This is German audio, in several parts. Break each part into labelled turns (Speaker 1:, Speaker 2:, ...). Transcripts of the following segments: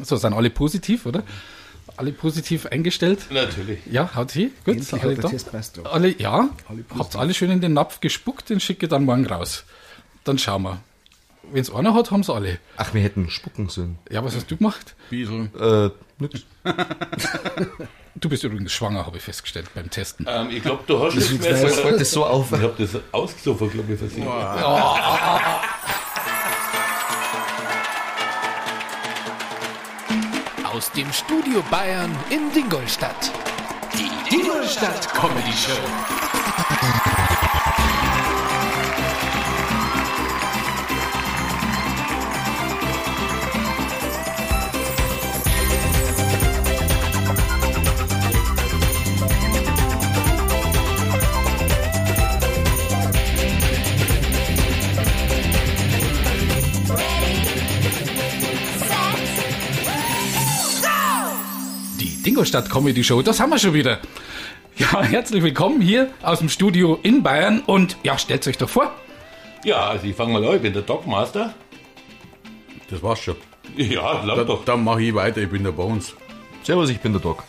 Speaker 1: So, sind alle positiv, oder? Alle positiv eingestellt?
Speaker 2: Natürlich.
Speaker 1: Ja, haut hin. Gut,
Speaker 3: Endlich
Speaker 1: alle
Speaker 3: hat der
Speaker 1: da.
Speaker 3: Testpreis da.
Speaker 1: Alle, ja,
Speaker 3: Alle positiv.
Speaker 1: habt alle schön in den Napf gespuckt, den schicke ich dann morgen raus. Dann schauen wir. Wenn es einer hat, haben es alle.
Speaker 4: Ach, wir hätten spucken sollen.
Speaker 1: Ja, was hast du gemacht?
Speaker 2: Biesel.
Speaker 4: Äh, nix.
Speaker 1: Du bist übrigens schwanger, habe ich festgestellt beim Testen.
Speaker 2: Ähm, ich glaube, du hast nicht mehr
Speaker 4: Das fällt das so auf.
Speaker 2: Ich habe das ausgesoffen, glaube ich, versehen.
Speaker 5: Aus dem Studio Bayern in Dingolstadt. Die Dingolstadt Comedy Show.
Speaker 1: Die Dingolstadt Comedy Show, das haben wir schon wieder. Ja, herzlich willkommen hier aus dem Studio in Bayern und ja, stellt euch doch vor.
Speaker 2: Ja, also ich fange mal an, ich bin der Dogmaster.
Speaker 6: Das war's schon.
Speaker 2: Ja,
Speaker 6: Da,
Speaker 2: glaub doch.
Speaker 6: dann mache ich weiter, ich bin der Bones.
Speaker 4: Servus, ich bin der Doc.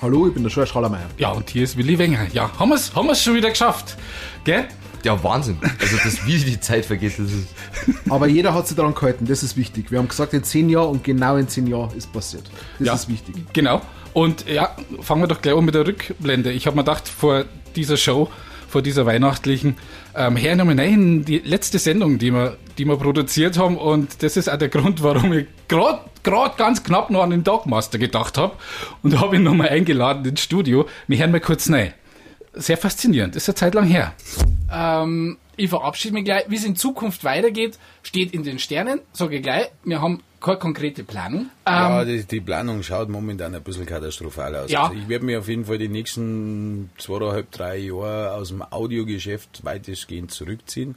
Speaker 3: Hallo, Oh, ich bin der Schorsch Hallermeier.
Speaker 1: Ja, und hier ist Willi Wenger. Ja, haben wir es haben wir's schon wieder geschafft. Gell?
Speaker 4: Ja, Wahnsinn. Also, das, wie die Zeit vergeht, das ist.
Speaker 3: Aber jeder hat sich daran gehalten, das ist wichtig. Wir haben gesagt, in zehn Jahren und genau in zehn Jahren ist passiert. Das
Speaker 1: Ja.
Speaker 3: ist wichtig.
Speaker 1: Genau. Und ja, fangen wir doch gleich an mit der Rückblende. Ich habe mir gedacht, vor dieser Show, vor dieser weihnachtlichen, ähm, her nochmal rein, die letzte Sendung, die wir, die wir produziert haben. Und das ist auch der Grund, warum ich gerade gerade ganz knapp noch an den Dogmaster gedacht habe und habe ihn nochmal eingeladen ins Studio. Wir hören mal kurz rein. Sehr faszinierend, ist eine Zeit lang her.
Speaker 7: Ähm, ich verabschiede mich gleich. Wie es in Zukunft weitergeht, steht in den Sternen. Sage ich gleich, wir haben keine konkrete Planung. Ähm,
Speaker 6: Ja, die, die Planung schaut momentan ein bisschen katastrophal aus.
Speaker 7: Ja.
Speaker 6: Also ich werde mich auf jeden Fall die nächsten zweieinhalb, drei Jahre aus dem Audiogeschäft weitestgehend zurückziehen.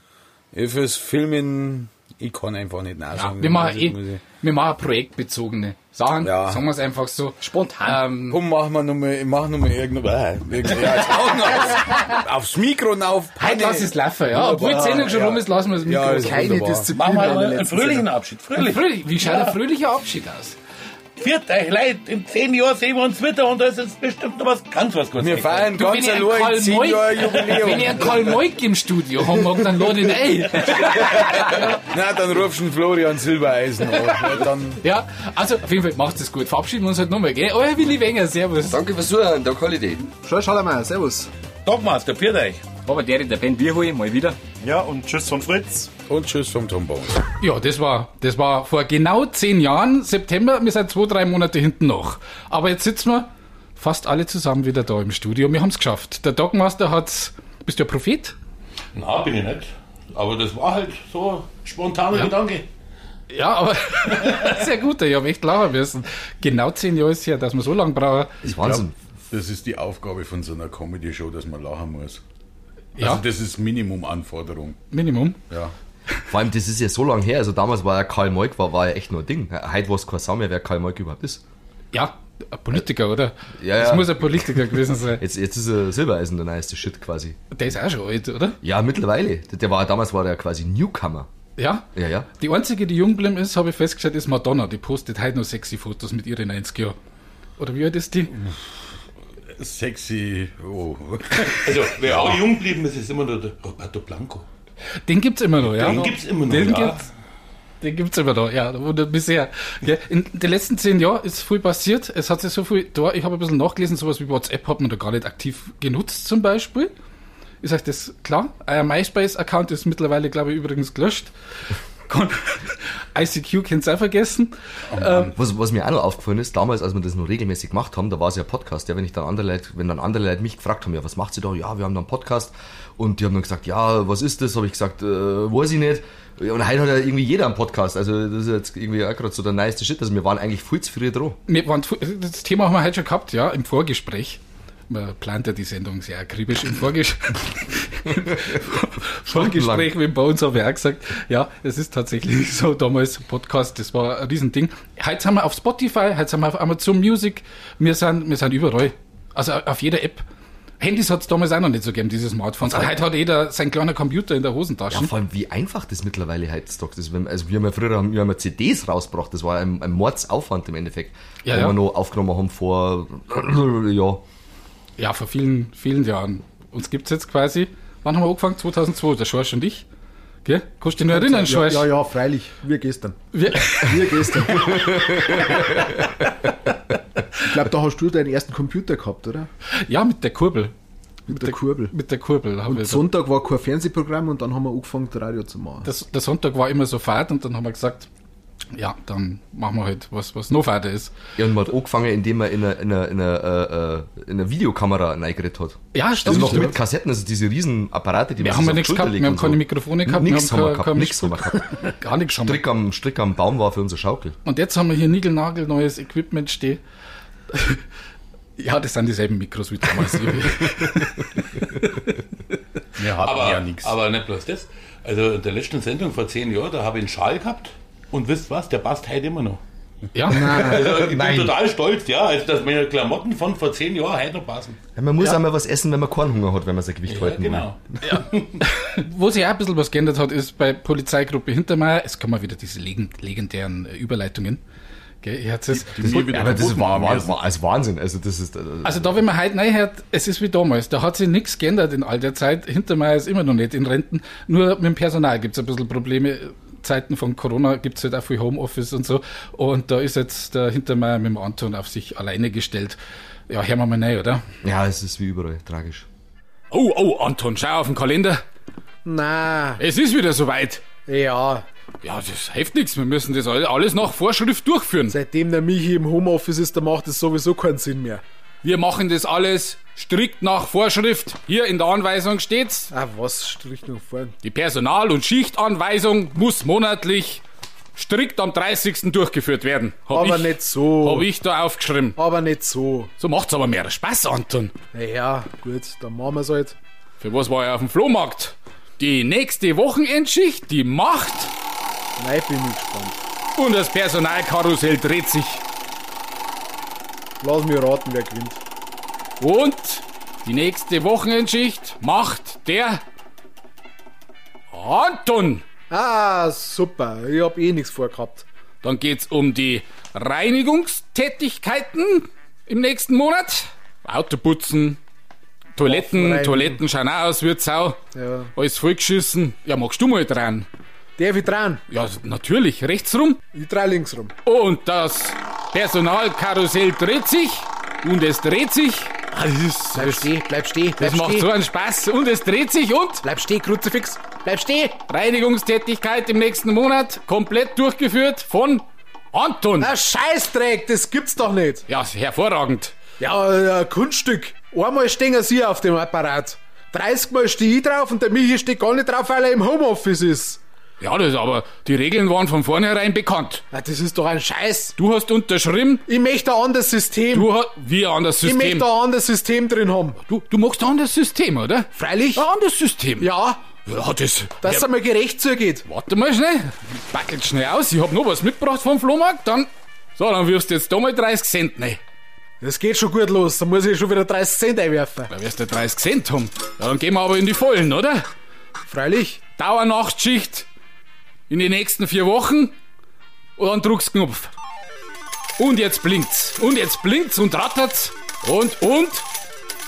Speaker 6: Äh, Fürs Filmen, ich kann einfach nicht nachsagen.
Speaker 7: ja, wir, machen
Speaker 6: Also
Speaker 7: eh,
Speaker 6: muss ich-
Speaker 7: wir machen projektbezogene Sachen.
Speaker 6: Ja.
Speaker 7: Sagen wir es einfach so.
Speaker 6: Spontan.
Speaker 7: Ähm,
Speaker 6: Komm, mach mal nochmal, ich mach nochmal irgendwas. Ja, jetzt auch noch aufs, aufs Mikro auf.
Speaker 7: heute lass es laufen, ja. Obwohl die
Speaker 6: Wunderbar,
Speaker 7: Sendung schon
Speaker 6: ja.
Speaker 7: rum ist, lassen wir es mit.
Speaker 6: Ja, ist
Speaker 3: Keine
Speaker 6: wunderbar.
Speaker 3: Disziplin.
Speaker 8: Machen wir
Speaker 3: in der
Speaker 8: einen
Speaker 3: letzten
Speaker 8: fröhlichen Abschied. Fröhlich.
Speaker 7: Fröhlich, wie schaut ein fröhlicher Abschied aus?
Speaker 8: Viert euch leid. In zehn Jahren sehen wir uns wieder und da ist jetzt bestimmt noch was ganz was Gutes.
Speaker 6: Wir feiern ganz
Speaker 7: wenn ich
Speaker 6: allein
Speaker 7: einen
Speaker 6: 10
Speaker 7: Karl
Speaker 6: Jahre
Speaker 7: Moik- Wenn ich
Speaker 6: Jubiläum.
Speaker 7: einen Karl Moik im Studio haben mag, dann lade ich ihn ein.
Speaker 6: Na, dann rufst du den Florian Silbereisen an. Ja, Dann
Speaker 7: Ja, also auf jeden Fall macht es gut. Verabschieden wir uns halt nochmal, gell? Euer Willi Wenger, Servus.
Speaker 9: Danke fürs Zuhören, Doc Holiday.
Speaker 3: Sendung. Schorsch Hallermeier, servus.
Speaker 8: Dogmaster, viert euch.
Speaker 9: Aber der, der Ben Bierhol, mal wieder.
Speaker 10: Ja, und tschüss von Fritz.
Speaker 6: Und tschüss vom Trombon.
Speaker 1: Ja, das war, das war vor genau zehn Jahren, September, wir sind zwei, drei Monate hinten noch. Aber jetzt sitzen wir fast alle zusammen wieder da im Studio. Wir haben es geschafft. Der Dogmaster hat's. Bist du ein Prophet?
Speaker 2: Na, bin ich nicht. Aber das war halt so ein spontaner Gedanke.
Speaker 1: Ja, aber sehr gut, ich habe echt lachen müssen. Genau zehn Jahre ist her, dass wir so lange brauchen.
Speaker 4: Das ist Wahnsinn.
Speaker 6: Das ist die Aufgabe von so einer Comedy-Show, dass man lachen muss.
Speaker 1: Ja,
Speaker 6: Also das ist Minimum-Anforderung.
Speaker 1: Minimum.
Speaker 6: Ja.
Speaker 4: Vor allem, das ist ja so lange her. Also, damals war ja Karl Moik, war, war ja echt nur ein Ding. Heute war es kein Sau mehr, wer Karl Moik überhaupt ist.
Speaker 1: Ja, ein Politiker, oder?
Speaker 4: Ja,
Speaker 1: Das
Speaker 4: ja.
Speaker 1: muss ein Politiker gewesen sein.
Speaker 4: Jetzt, jetzt ist er Silbereisen der neueste Shit quasi.
Speaker 1: Der ist auch schon alt, oder?
Speaker 4: Ja, mittlerweile. Der der war, damals war der quasi Newcomer.
Speaker 1: Ja.
Speaker 4: Ja, ja.
Speaker 1: Die einzige, die jung geblieben ist, habe ich festgestellt, ist Madonna. Die postet heute noch sexy Fotos mit ihren 90 Jahren. Oder wie alt ist die?
Speaker 6: Sexy. Oh.
Speaker 2: Also, wer auch jung geblieben ist, ist immer nur der Roberto Blanco.
Speaker 1: Den gibt's immer noch, ja.
Speaker 2: Den gibt's immer noch,
Speaker 1: Den
Speaker 2: ja.
Speaker 1: gibt's. Den gibt's immer noch, ja. Und bisher. Ja, in den letzten zehn Jahren ist viel passiert. Es hat sich so viel da. Ich habe ein bisschen nachgelesen, sowas wie WhatsApp hat man da gar nicht aktiv genutzt, zum Beispiel. Ist euch das klar? Euer MySpace-Account ist mittlerweile, glaube ich, übrigens gelöscht. Kon- ICQ könnt ihr auch vergessen.
Speaker 4: Was, was mir auch noch aufgefallen ist, damals, als wir das noch regelmäßig gemacht haben, da war es ja Podcast, ja, wenn ich dann andere Leute, wenn dann andere Leute mich gefragt haben, ja, was macht ihr da? Ja, wir haben da einen Podcast und die haben dann gesagt, ja, was ist das? Habe ich gesagt, äh, weiß ich nicht. Ja, Und heute hat ja irgendwie jeder einen Podcast. Also das ist jetzt irgendwie auch gerade so der neueste Shit. Also wir waren eigentlich viel zu früh dran.
Speaker 1: Wir waren, fu- das Thema haben wir heute schon gehabt, ja, im Vorgespräch. Man plant ja die Sendung sehr akribisch im Vorges Vorgespräch mit Bones, habe ich auch gesagt. Ja, es ist tatsächlich so, damals Podcast, das war ein Riesending. Heute sind wir auf Spotify, heute sind wir auf Amazon Music, wir sind, wir sind überall. Also auf jeder App. Handys hat es damals auch noch nicht so gegeben, diese Smartphones. Und heute hat jeder sein kleiner Computer in der Hosentasche.
Speaker 4: Ja, vor allem, wie einfach das mittlerweile heutzutage ist. Wenn- Also, wir haben ja früher haben, wir haben ja CDs rausgebracht, das war ein, ein Mordsaufwand im Endeffekt,
Speaker 1: Ja,
Speaker 4: wenn
Speaker 1: ja.
Speaker 4: wir noch aufgenommen haben vor, ja,
Speaker 1: Ja, vor vielen, vielen Jahren. Uns gibt's jetzt quasi, wann haben wir angefangen? 2002, der Schorsch und ich. Gell? Kannst du dich noch erinnern,
Speaker 3: ja,
Speaker 1: Schorsch?
Speaker 3: ja, ja, freilich. Wir gestern.
Speaker 1: Wir-
Speaker 3: Wir gestern. ich glaube, da hast du deinen ersten Computer gehabt, oder?
Speaker 1: ja, mit der Kurbel.
Speaker 3: Mit, der Kurbel.
Speaker 1: Mit der Kurbel haben wir
Speaker 3: Und
Speaker 1: da-
Speaker 3: Sonntag war kein Fernsehprogramm und dann haben wir angefangen, das Radio zu machen.
Speaker 1: das, der Sonntag war immer so fad und dann haben wir gesagt, ja, dann machen wir halt was, was noch fader ist.
Speaker 4: Ja, und man hat angefangen, indem man in eine, in eine, in eine, äh, äh, in eine Videokamera reingeredet hat.
Speaker 1: Ja, stimmt.
Speaker 4: Also noch
Speaker 1: Stimmt.
Speaker 4: mit Kassetten, also diese riesen Apparate, die
Speaker 1: Wir
Speaker 4: man
Speaker 1: haben
Speaker 4: sich auf
Speaker 1: ja
Speaker 4: die
Speaker 1: nichts
Speaker 4: Schulter
Speaker 1: gehabt,
Speaker 4: legt
Speaker 1: wir haben
Speaker 4: und
Speaker 1: keine Mikrofone gehabt,
Speaker 4: Nichts
Speaker 1: wir
Speaker 4: haben
Speaker 1: haben
Speaker 4: wir
Speaker 1: kein-
Speaker 4: gehabt,
Speaker 1: kein
Speaker 4: nichts haben wir gehabt.
Speaker 1: Gar nichts haben wir.
Speaker 4: Strick am, Strick am Baum war für unsere Schaukel.
Speaker 1: Und jetzt haben wir hier niegelnagel neues Equipment stehen. ja, das sind dieselben Mikros wie damals.
Speaker 6: Wir hatten
Speaker 2: aber,
Speaker 6: ja nichts.
Speaker 2: aber nicht bloß das. Also in der letzten Sendung vor zehn Jahren, da habe ich einen Schal gehabt und wisst was, der passt heute immer noch.
Speaker 1: ja,
Speaker 2: Also ich bin total stolz, ja, also, dass meine Klamotten von vor zehn Jahren heute noch passen.
Speaker 4: Ja, man muss einmal was essen, wenn man Kornhunger hat, wenn man sein Gewicht halten will.
Speaker 2: Genau.
Speaker 1: Wo sich auch ein bisschen was geändert hat, ist bei Polizeigruppe Hintermeier, es kommen wieder diese legend- legendären äh, Überleitungen. Gell, ihr hört's jetzt.
Speaker 6: Die nie wieder
Speaker 4: Ja, aber das
Speaker 6: verboten
Speaker 4: war,
Speaker 6: werden.
Speaker 4: war, war als Wahnsinn. Also das ist, äh,
Speaker 1: also da, wenn man heute reinhört, es ist wie damals. Da hat sich nichts geändert in all der Zeit. Hintermeier ist immer noch nicht in Renten. Nur mit dem Personal gibt's ein bisschen Probleme. Zeiten von Corona gibt's halt auch viel Homeoffice und so. Und da ist jetzt der Hintermeier mit dem Anton auf sich alleine gestellt. Ja, hören wir mal rein, oder?
Speaker 4: ja, es ist wie überall tragisch.
Speaker 1: Oh, oh, Anton, schau auf den Kalender.
Speaker 3: Na,
Speaker 1: Es ist wieder soweit.
Speaker 3: ja.
Speaker 1: Ja, das hilft nichts. Wir müssen das all- alles nach Vorschrift durchführen.
Speaker 3: Seitdem der Michi im Homeoffice ist, da macht es sowieso keinen Sinn mehr.
Speaker 1: Wir machen das alles strikt nach Vorschrift. Hier in der Anweisung steht's.
Speaker 3: Ah, was? Strich noch vorn.
Speaker 1: Die Personal- und Schichtanweisung muss monatlich strikt am 30. durchgeführt werden. Hab
Speaker 3: Aber
Speaker 1: ich,
Speaker 3: nicht so.
Speaker 1: Hab ich da aufgeschrieben.
Speaker 3: Aber nicht so.
Speaker 1: So macht's aber mehr Spaß, Anton.
Speaker 3: Naja, gut, dann machen wir es halt.
Speaker 1: Für was war er auf dem Flohmarkt? Die nächste Wochenendschicht, die Macht
Speaker 3: Nein, bin ich gespannt.
Speaker 1: und das Personalkarussell dreht sich.
Speaker 3: Lass mich raten, wer gewinnt.
Speaker 1: Und die nächste Wochenendschicht macht der Anton.
Speaker 3: Ah, super. Ich hab eh nichts vorgehabt.
Speaker 1: Dann geht's um die Reinigungstätigkeiten im nächsten Monat. Autoputzen, Toiletten,
Speaker 3: Aufräumen.
Speaker 1: Toiletten schauen auch aus, wird's auch.
Speaker 3: Ja.
Speaker 1: Alles vollgeschissen. Ja, magst du mal dran?
Speaker 3: Darf ich dran?
Speaker 1: Ja, natürlich, rechts rum.
Speaker 3: Ich drei links rum.
Speaker 1: Und das Personalkarussell dreht sich. Und es dreht sich. Ah, Das, ist,
Speaker 3: Bleib
Speaker 1: das,
Speaker 3: stehen, bleib stehen, bleib
Speaker 1: das macht
Speaker 3: stehen.
Speaker 1: so einen Spaß. Und es dreht sich und
Speaker 3: Bleib stehen, Kruzifix. Bleib stehen.
Speaker 1: Reinigungstätigkeit im nächsten Monat komplett durchgeführt von Anton.
Speaker 3: Ah, Scheißdreck, das gibt's doch nicht.
Speaker 1: Ja, hervorragend.
Speaker 3: Ja, äh, Kunststück. Einmal stehen sie auf dem Apparat. 30 Mal stehe ich drauf und der Michi steht gar nicht drauf, weil er im Homeoffice ist.
Speaker 1: Ja, das aber, die Regeln waren von vornherein bekannt.
Speaker 3: Ah, das ist doch ein Scheiß.
Speaker 1: Du hast unterschrieben,
Speaker 3: Ich möchte ein anderes System.
Speaker 1: du hast, wie ein anderes
Speaker 3: ich
Speaker 1: System.
Speaker 3: möchte ein anderes System drin haben.
Speaker 1: Du, du magst ein anderes System, oder?
Speaker 3: Freilich?
Speaker 1: Ein anderes System.
Speaker 3: Ja,
Speaker 1: Ja, das,
Speaker 3: dass es
Speaker 1: ja,
Speaker 3: einmal gerecht zugeht.
Speaker 1: warte mal schnell. Backelt schnell aus, ich hab noch was mitgebracht vom Flohmarkt, dann, so, dann wirfst du jetzt da mal 30 Cent rein.
Speaker 3: Das geht schon gut los. Da muss ich schon wieder 30 Cent einwerfen.
Speaker 1: Da wirst du 30 Cent haben. Ja, dann gehen wir aber in die Vollen, oder?
Speaker 3: Freilich.
Speaker 1: Dauernachtschicht in den nächsten vier Wochen und dann drückst Knopf. Und jetzt blinkt's. Und jetzt blinkt's und rattert's. Und, und.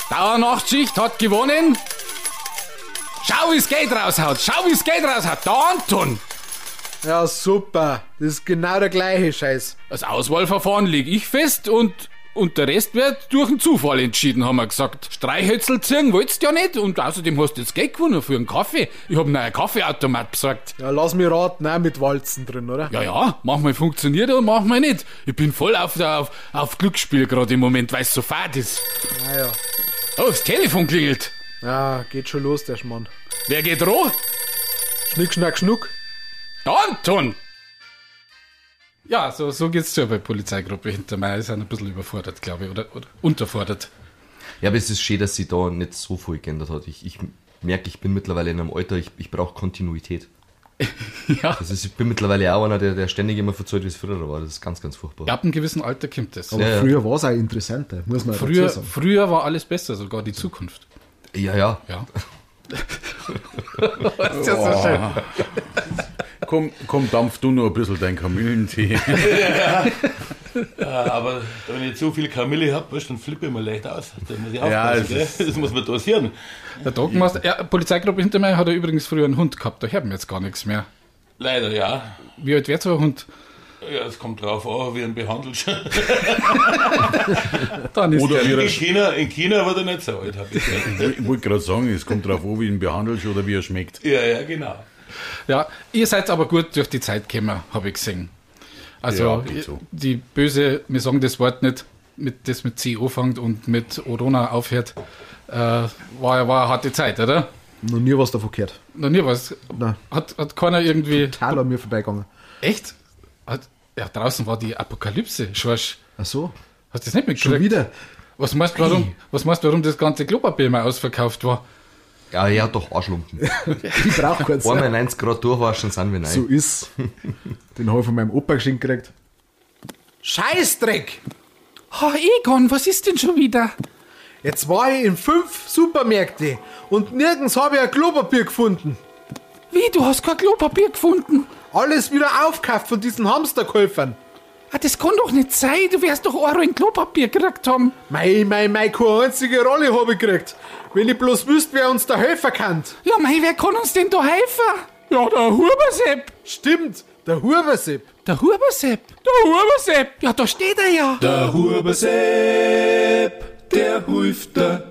Speaker 1: Dauernachtschicht hat gewonnen. Schau, wie's Geld raushaut. Schau, wie's Geld raushaut. Der Anton.
Speaker 3: Ja, super. Das ist genau der gleiche Scheiß.
Speaker 1: Das Auswahlverfahren leg ich fest und, und der Rest wird durch einen Zufall entschieden, haben wir gesagt. Streichhölzel ziehen wollt's ja nicht und außerdem hast du jetzt Geld gewonnen für einen Kaffee. Ich hab einen neuen Kaffeeautomat besorgt.
Speaker 3: Ja, lass mich raten, auch mit Walzen drin, oder?
Speaker 1: Ja, ja, manchmal funktioniert er und manchmal nicht. Ich bin voll auf, der, auf, auf Glücksspiel gerade im Moment, weil es so fad ist.
Speaker 3: Naja.
Speaker 1: Oh, das Telefon klingelt.
Speaker 3: Ah, Ja, geht schon los, der Schmann.
Speaker 1: Wer geht roh?
Speaker 3: Schnick, schnack, schnuck.
Speaker 1: Der Anton! Ja, so, so geht's ja bei Polizeigruppe Hintermeier. Ist ein bisschen überfordert, glaube ich, oder, oder unterfordert.
Speaker 4: Ja, aber es ist schön, dass sie da nicht so viel geändert hat. Ich, ich merke, ich bin mittlerweile in einem Alter, ich, ich brauche Kontinuität.
Speaker 1: ja.
Speaker 4: Das ist, ich bin mittlerweile auch einer, der, der ständig immer verzollt, wie es früher war. Das ist ganz, ganz furchtbar.
Speaker 1: Ja, ab einem gewissen Alter kommt das.
Speaker 11: Aber
Speaker 4: Ja, ja.
Speaker 11: früher war es auch interessanter, muss man
Speaker 1: Früher,
Speaker 11: dazu sagen.
Speaker 1: früher war alles besser, sogar die Zukunft.
Speaker 4: Ja, ja.
Speaker 1: Ja.
Speaker 6: Das ist ja so schön. Komm, komm, dampf du nur ein bisschen dein Kamillentee.
Speaker 2: Ja, Äh, aber wenn ich zu viel Kamille habe, weißt, du, dann flippe ich mal leicht aus. Da muss ich
Speaker 6: Ja,
Speaker 2: aufpassen,
Speaker 6: es
Speaker 2: gell?
Speaker 6: ist-
Speaker 2: das muss man dosieren.
Speaker 1: Der Dogmaster, ja, Polizeigruppe hinter mir hat er übrigens früher einen Hund gehabt, da hört man jetzt gar nichts mehr.
Speaker 2: Leider, ja.
Speaker 1: Wie alt wäre so ein Hund?
Speaker 2: Ja, es kommt drauf an, wie ein behandelt.
Speaker 1: Dann ist
Speaker 6: Oder
Speaker 1: der-
Speaker 6: wie
Speaker 2: in,
Speaker 6: er-
Speaker 2: China, in China war der nicht so alt, hab ich gehört.
Speaker 6: ich wollte gerade sagen, es kommt drauf an, wie ihn behandelst oder wie er schmeckt.
Speaker 2: Ja, ja, genau.
Speaker 1: Ja, ihr seid aber gut durch die Zeit gekommen, habe ich gesehen.
Speaker 6: Ja,
Speaker 1: Also
Speaker 6: geht so.
Speaker 1: die böse, wir sagen das Wort nicht, mit, das mit C anfängt und mit Corona aufhört, äh, war, ja- war eine harte Zeit, oder?
Speaker 11: Noch nie was davon gehört.
Speaker 1: Noch nie was.
Speaker 11: Nein.
Speaker 1: Hat, hat keiner irgendwie.
Speaker 11: Total an mir vorbeigegangen.
Speaker 1: Echt? Hat, ja, draußen war die Apokalypse, Schorsch.
Speaker 11: Ach so,
Speaker 1: Hast du das nicht mitgekriegt?
Speaker 11: schon wieder.
Speaker 1: Was meinst du, warum, was meinst, du, warum das ganze Klopapier mal ausverkauft war?
Speaker 4: Ja, ja, doch, Arschlumpen.
Speaker 11: Ich brauche kurz.
Speaker 4: Einmal 90 Grad durchwaschen, sind wir nein.
Speaker 11: So ist. Den habe ich von meinem Opa geschenkt gekriegt.
Speaker 3: Scheißdreck!
Speaker 7: Oh, Egon, was ist denn schon wieder?
Speaker 3: Jetzt war ich in fünf Supermärkte und nirgends habe ich ein Klopapier gefunden.
Speaker 7: Wie, du hast kein Klopapier gefunden?
Speaker 3: Alles wieder aufgekauft von diesen Hamsterkäufern.
Speaker 7: Ah, das kann doch nicht sein, du wärst doch Euro in Klopapier gekriegt haben.
Speaker 3: Mei, mei, mei, keine einzige Rolle habe ich gekriegt. Wenn ich bloß wüsste, wer uns da helfen kann.
Speaker 7: Ja, mei, wer kann uns denn da helfen? Ja, der Hubersepp.
Speaker 3: Stimmt, der Hubersepp.
Speaker 7: Der Hubersepp. Der Hubersepp. Ja, da steht er ja.
Speaker 10: Der Hubersepp, der hilft dir.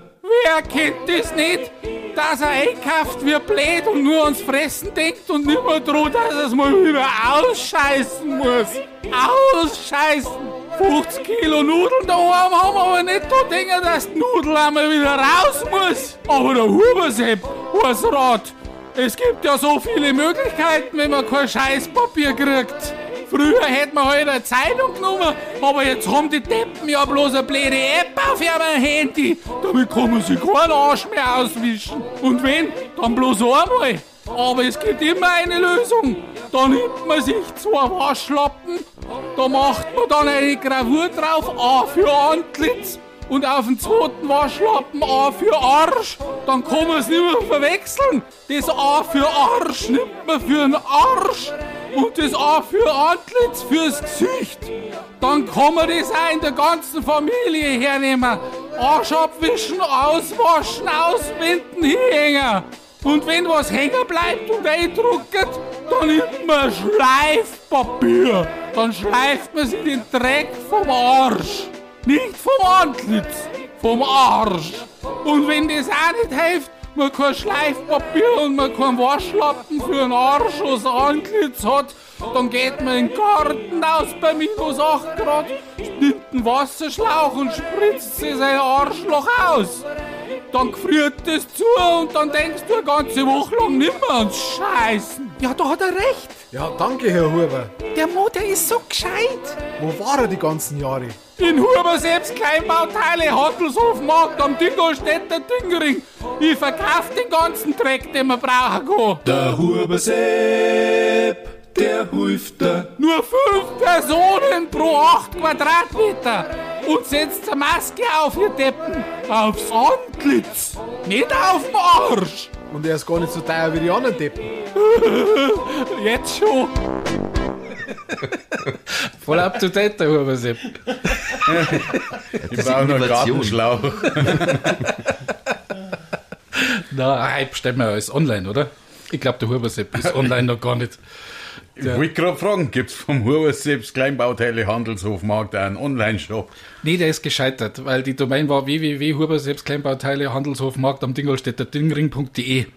Speaker 7: Wer kennt das nicht? Dass er einkauft wie blöd und nur ans Fressen denkt und nicht mehr droht, dass er es mal über ausscheißen muss. Ausscheißen! 50 Kilo Nudeln daheim haben, aber nicht da denken, dass die Nudel einmal wieder raus muss. Aber der Hubersepp, was Rat? Es gibt ja so viele Möglichkeiten, wenn man kein Scheißpapier kriegt. Früher hätte man halt eine Zeitung genommen, aber jetzt haben die Deppen ja bloß eine blöde App auf ihrem Handy. Damit kann man sich keinen Arsch mehr auswischen. Und wenn, dann bloß einmal. Aber es gibt immer eine Lösung. Da nimmt man sich zwei Waschlappen, da macht man dann eine Gravur drauf, A für Antlitz und auf den zweiten Waschlappen A für Arsch, dann kann man es nicht mehr verwechseln. Das A für Arsch nimmt man für den Arsch und das A für Antlitz fürs Gesicht. Dann kann man das auch in der ganzen Familie hernehmen. Arsch abwischen, auswaschen, ausbinden, hinhängen. Und wenn was hängen bleibt und eindruckt, dann nimmt man Schleifpapier. Dann schleift man sich den Dreck vom Arsch. Nicht vom Antlitz, vom Arsch. Und wenn das auch nicht hilft, man kein Schleifpapier und man keinen Waschlappen für den Arsch aus Antlitz hat, dann geht man in den Garten aus bei minus 8 Grad, nimmt einen Wasserschlauch und spritzt sich sein Arschloch aus. Dann friert es zu und dann denkst du eine ganze Woche lang nimmer ans Scheißen. Ja, da hat er recht.
Speaker 3: Ja, danke, Herr Huber.
Speaker 7: Der Mo, der ist so gescheit.
Speaker 3: Wo war er die ganzen Jahre?
Speaker 7: In Huber selbst Kleinbauteile, Handelshof, Markt am Dingelstädter Dingering. Ich verkauf den ganzen Dreck, den man brauchen kann.
Speaker 10: Der Hubersepp, der hilft dir.
Speaker 7: Nur fünf Personen pro acht Quadratmeter. Und setzt eine Maske auf, ihr Deppen. Aufs Antlitz, nicht auf den Arsch.
Speaker 3: Und er ist gar nicht so teuer wie die anderen Deppen.
Speaker 7: Jetzt schon.
Speaker 1: Voll up to date, der Hubersepp.
Speaker 6: Ich brauche noch einen Gartenschlauch.
Speaker 1: Na, ich bestell mir alles online, oder? Ich glaube, der Hubersepp ist online noch gar nicht.
Speaker 6: Ich wollte gerade fragen, gibt es vom Hubersepp Kleinbauteile Handelshofmarkt einen Online-Shop?
Speaker 1: Nee, der ist gescheitert, weil die Domain war www.huberselbstkleinbauteile Handelshof Markt am Dingolstädter Dingring.de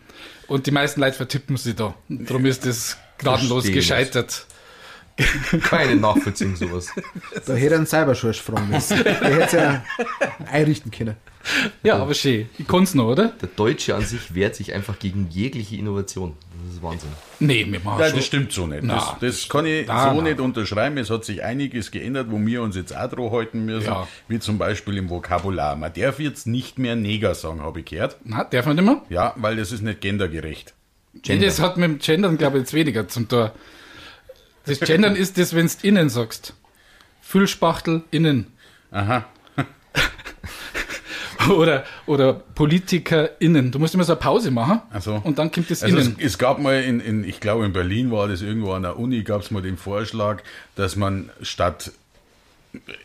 Speaker 1: und die meisten Leute vertippen sie da. Und Darum ist das gnadenlos
Speaker 4: Verstehe das.
Speaker 1: gescheitert.
Speaker 4: Keine Nachvollziehung, sowas.
Speaker 11: Da hätte er einen Cyberschorsch fragen müssen. Der hätte ja einrichten können.
Speaker 1: Ja, aber schön. Ich kann's noch, oder?
Speaker 4: Der Deutsche an sich wehrt sich einfach gegen jegliche Innovation. Das ist Wahnsinn.
Speaker 1: Nee, wir machen
Speaker 6: Nein,
Speaker 1: schon.
Speaker 6: das stimmt so nicht.
Speaker 1: Na,
Speaker 6: das, das kann ich
Speaker 1: na,
Speaker 6: so
Speaker 1: na.
Speaker 6: nicht unterschreiben. Es hat sich einiges geändert, wo wir uns jetzt auch dran halten müssen.
Speaker 1: Ja.
Speaker 6: Wie zum Beispiel im Vokabular. Man darf jetzt nicht mehr Neger sagen, habe ich gehört.
Speaker 1: Na, darf man nicht mehr?
Speaker 6: Ja, weil das ist nicht gendergerecht.
Speaker 1: Nee, das hat mit dem Gendern, glaube ich, jetzt weniger zum Tor. Das Gendern ist das, wenn du innen sagst. Füllspachtel innen.
Speaker 2: Aha.
Speaker 1: Oder, oder Politiker innen. Du musst immer so eine Pause machen.
Speaker 2: Also,
Speaker 1: Und dann kommt das
Speaker 2: also es,
Speaker 1: innen.
Speaker 2: es gab mal in, in, ich glaube in Berlin war das irgendwo an der Uni, gab es mal den Vorschlag, dass man statt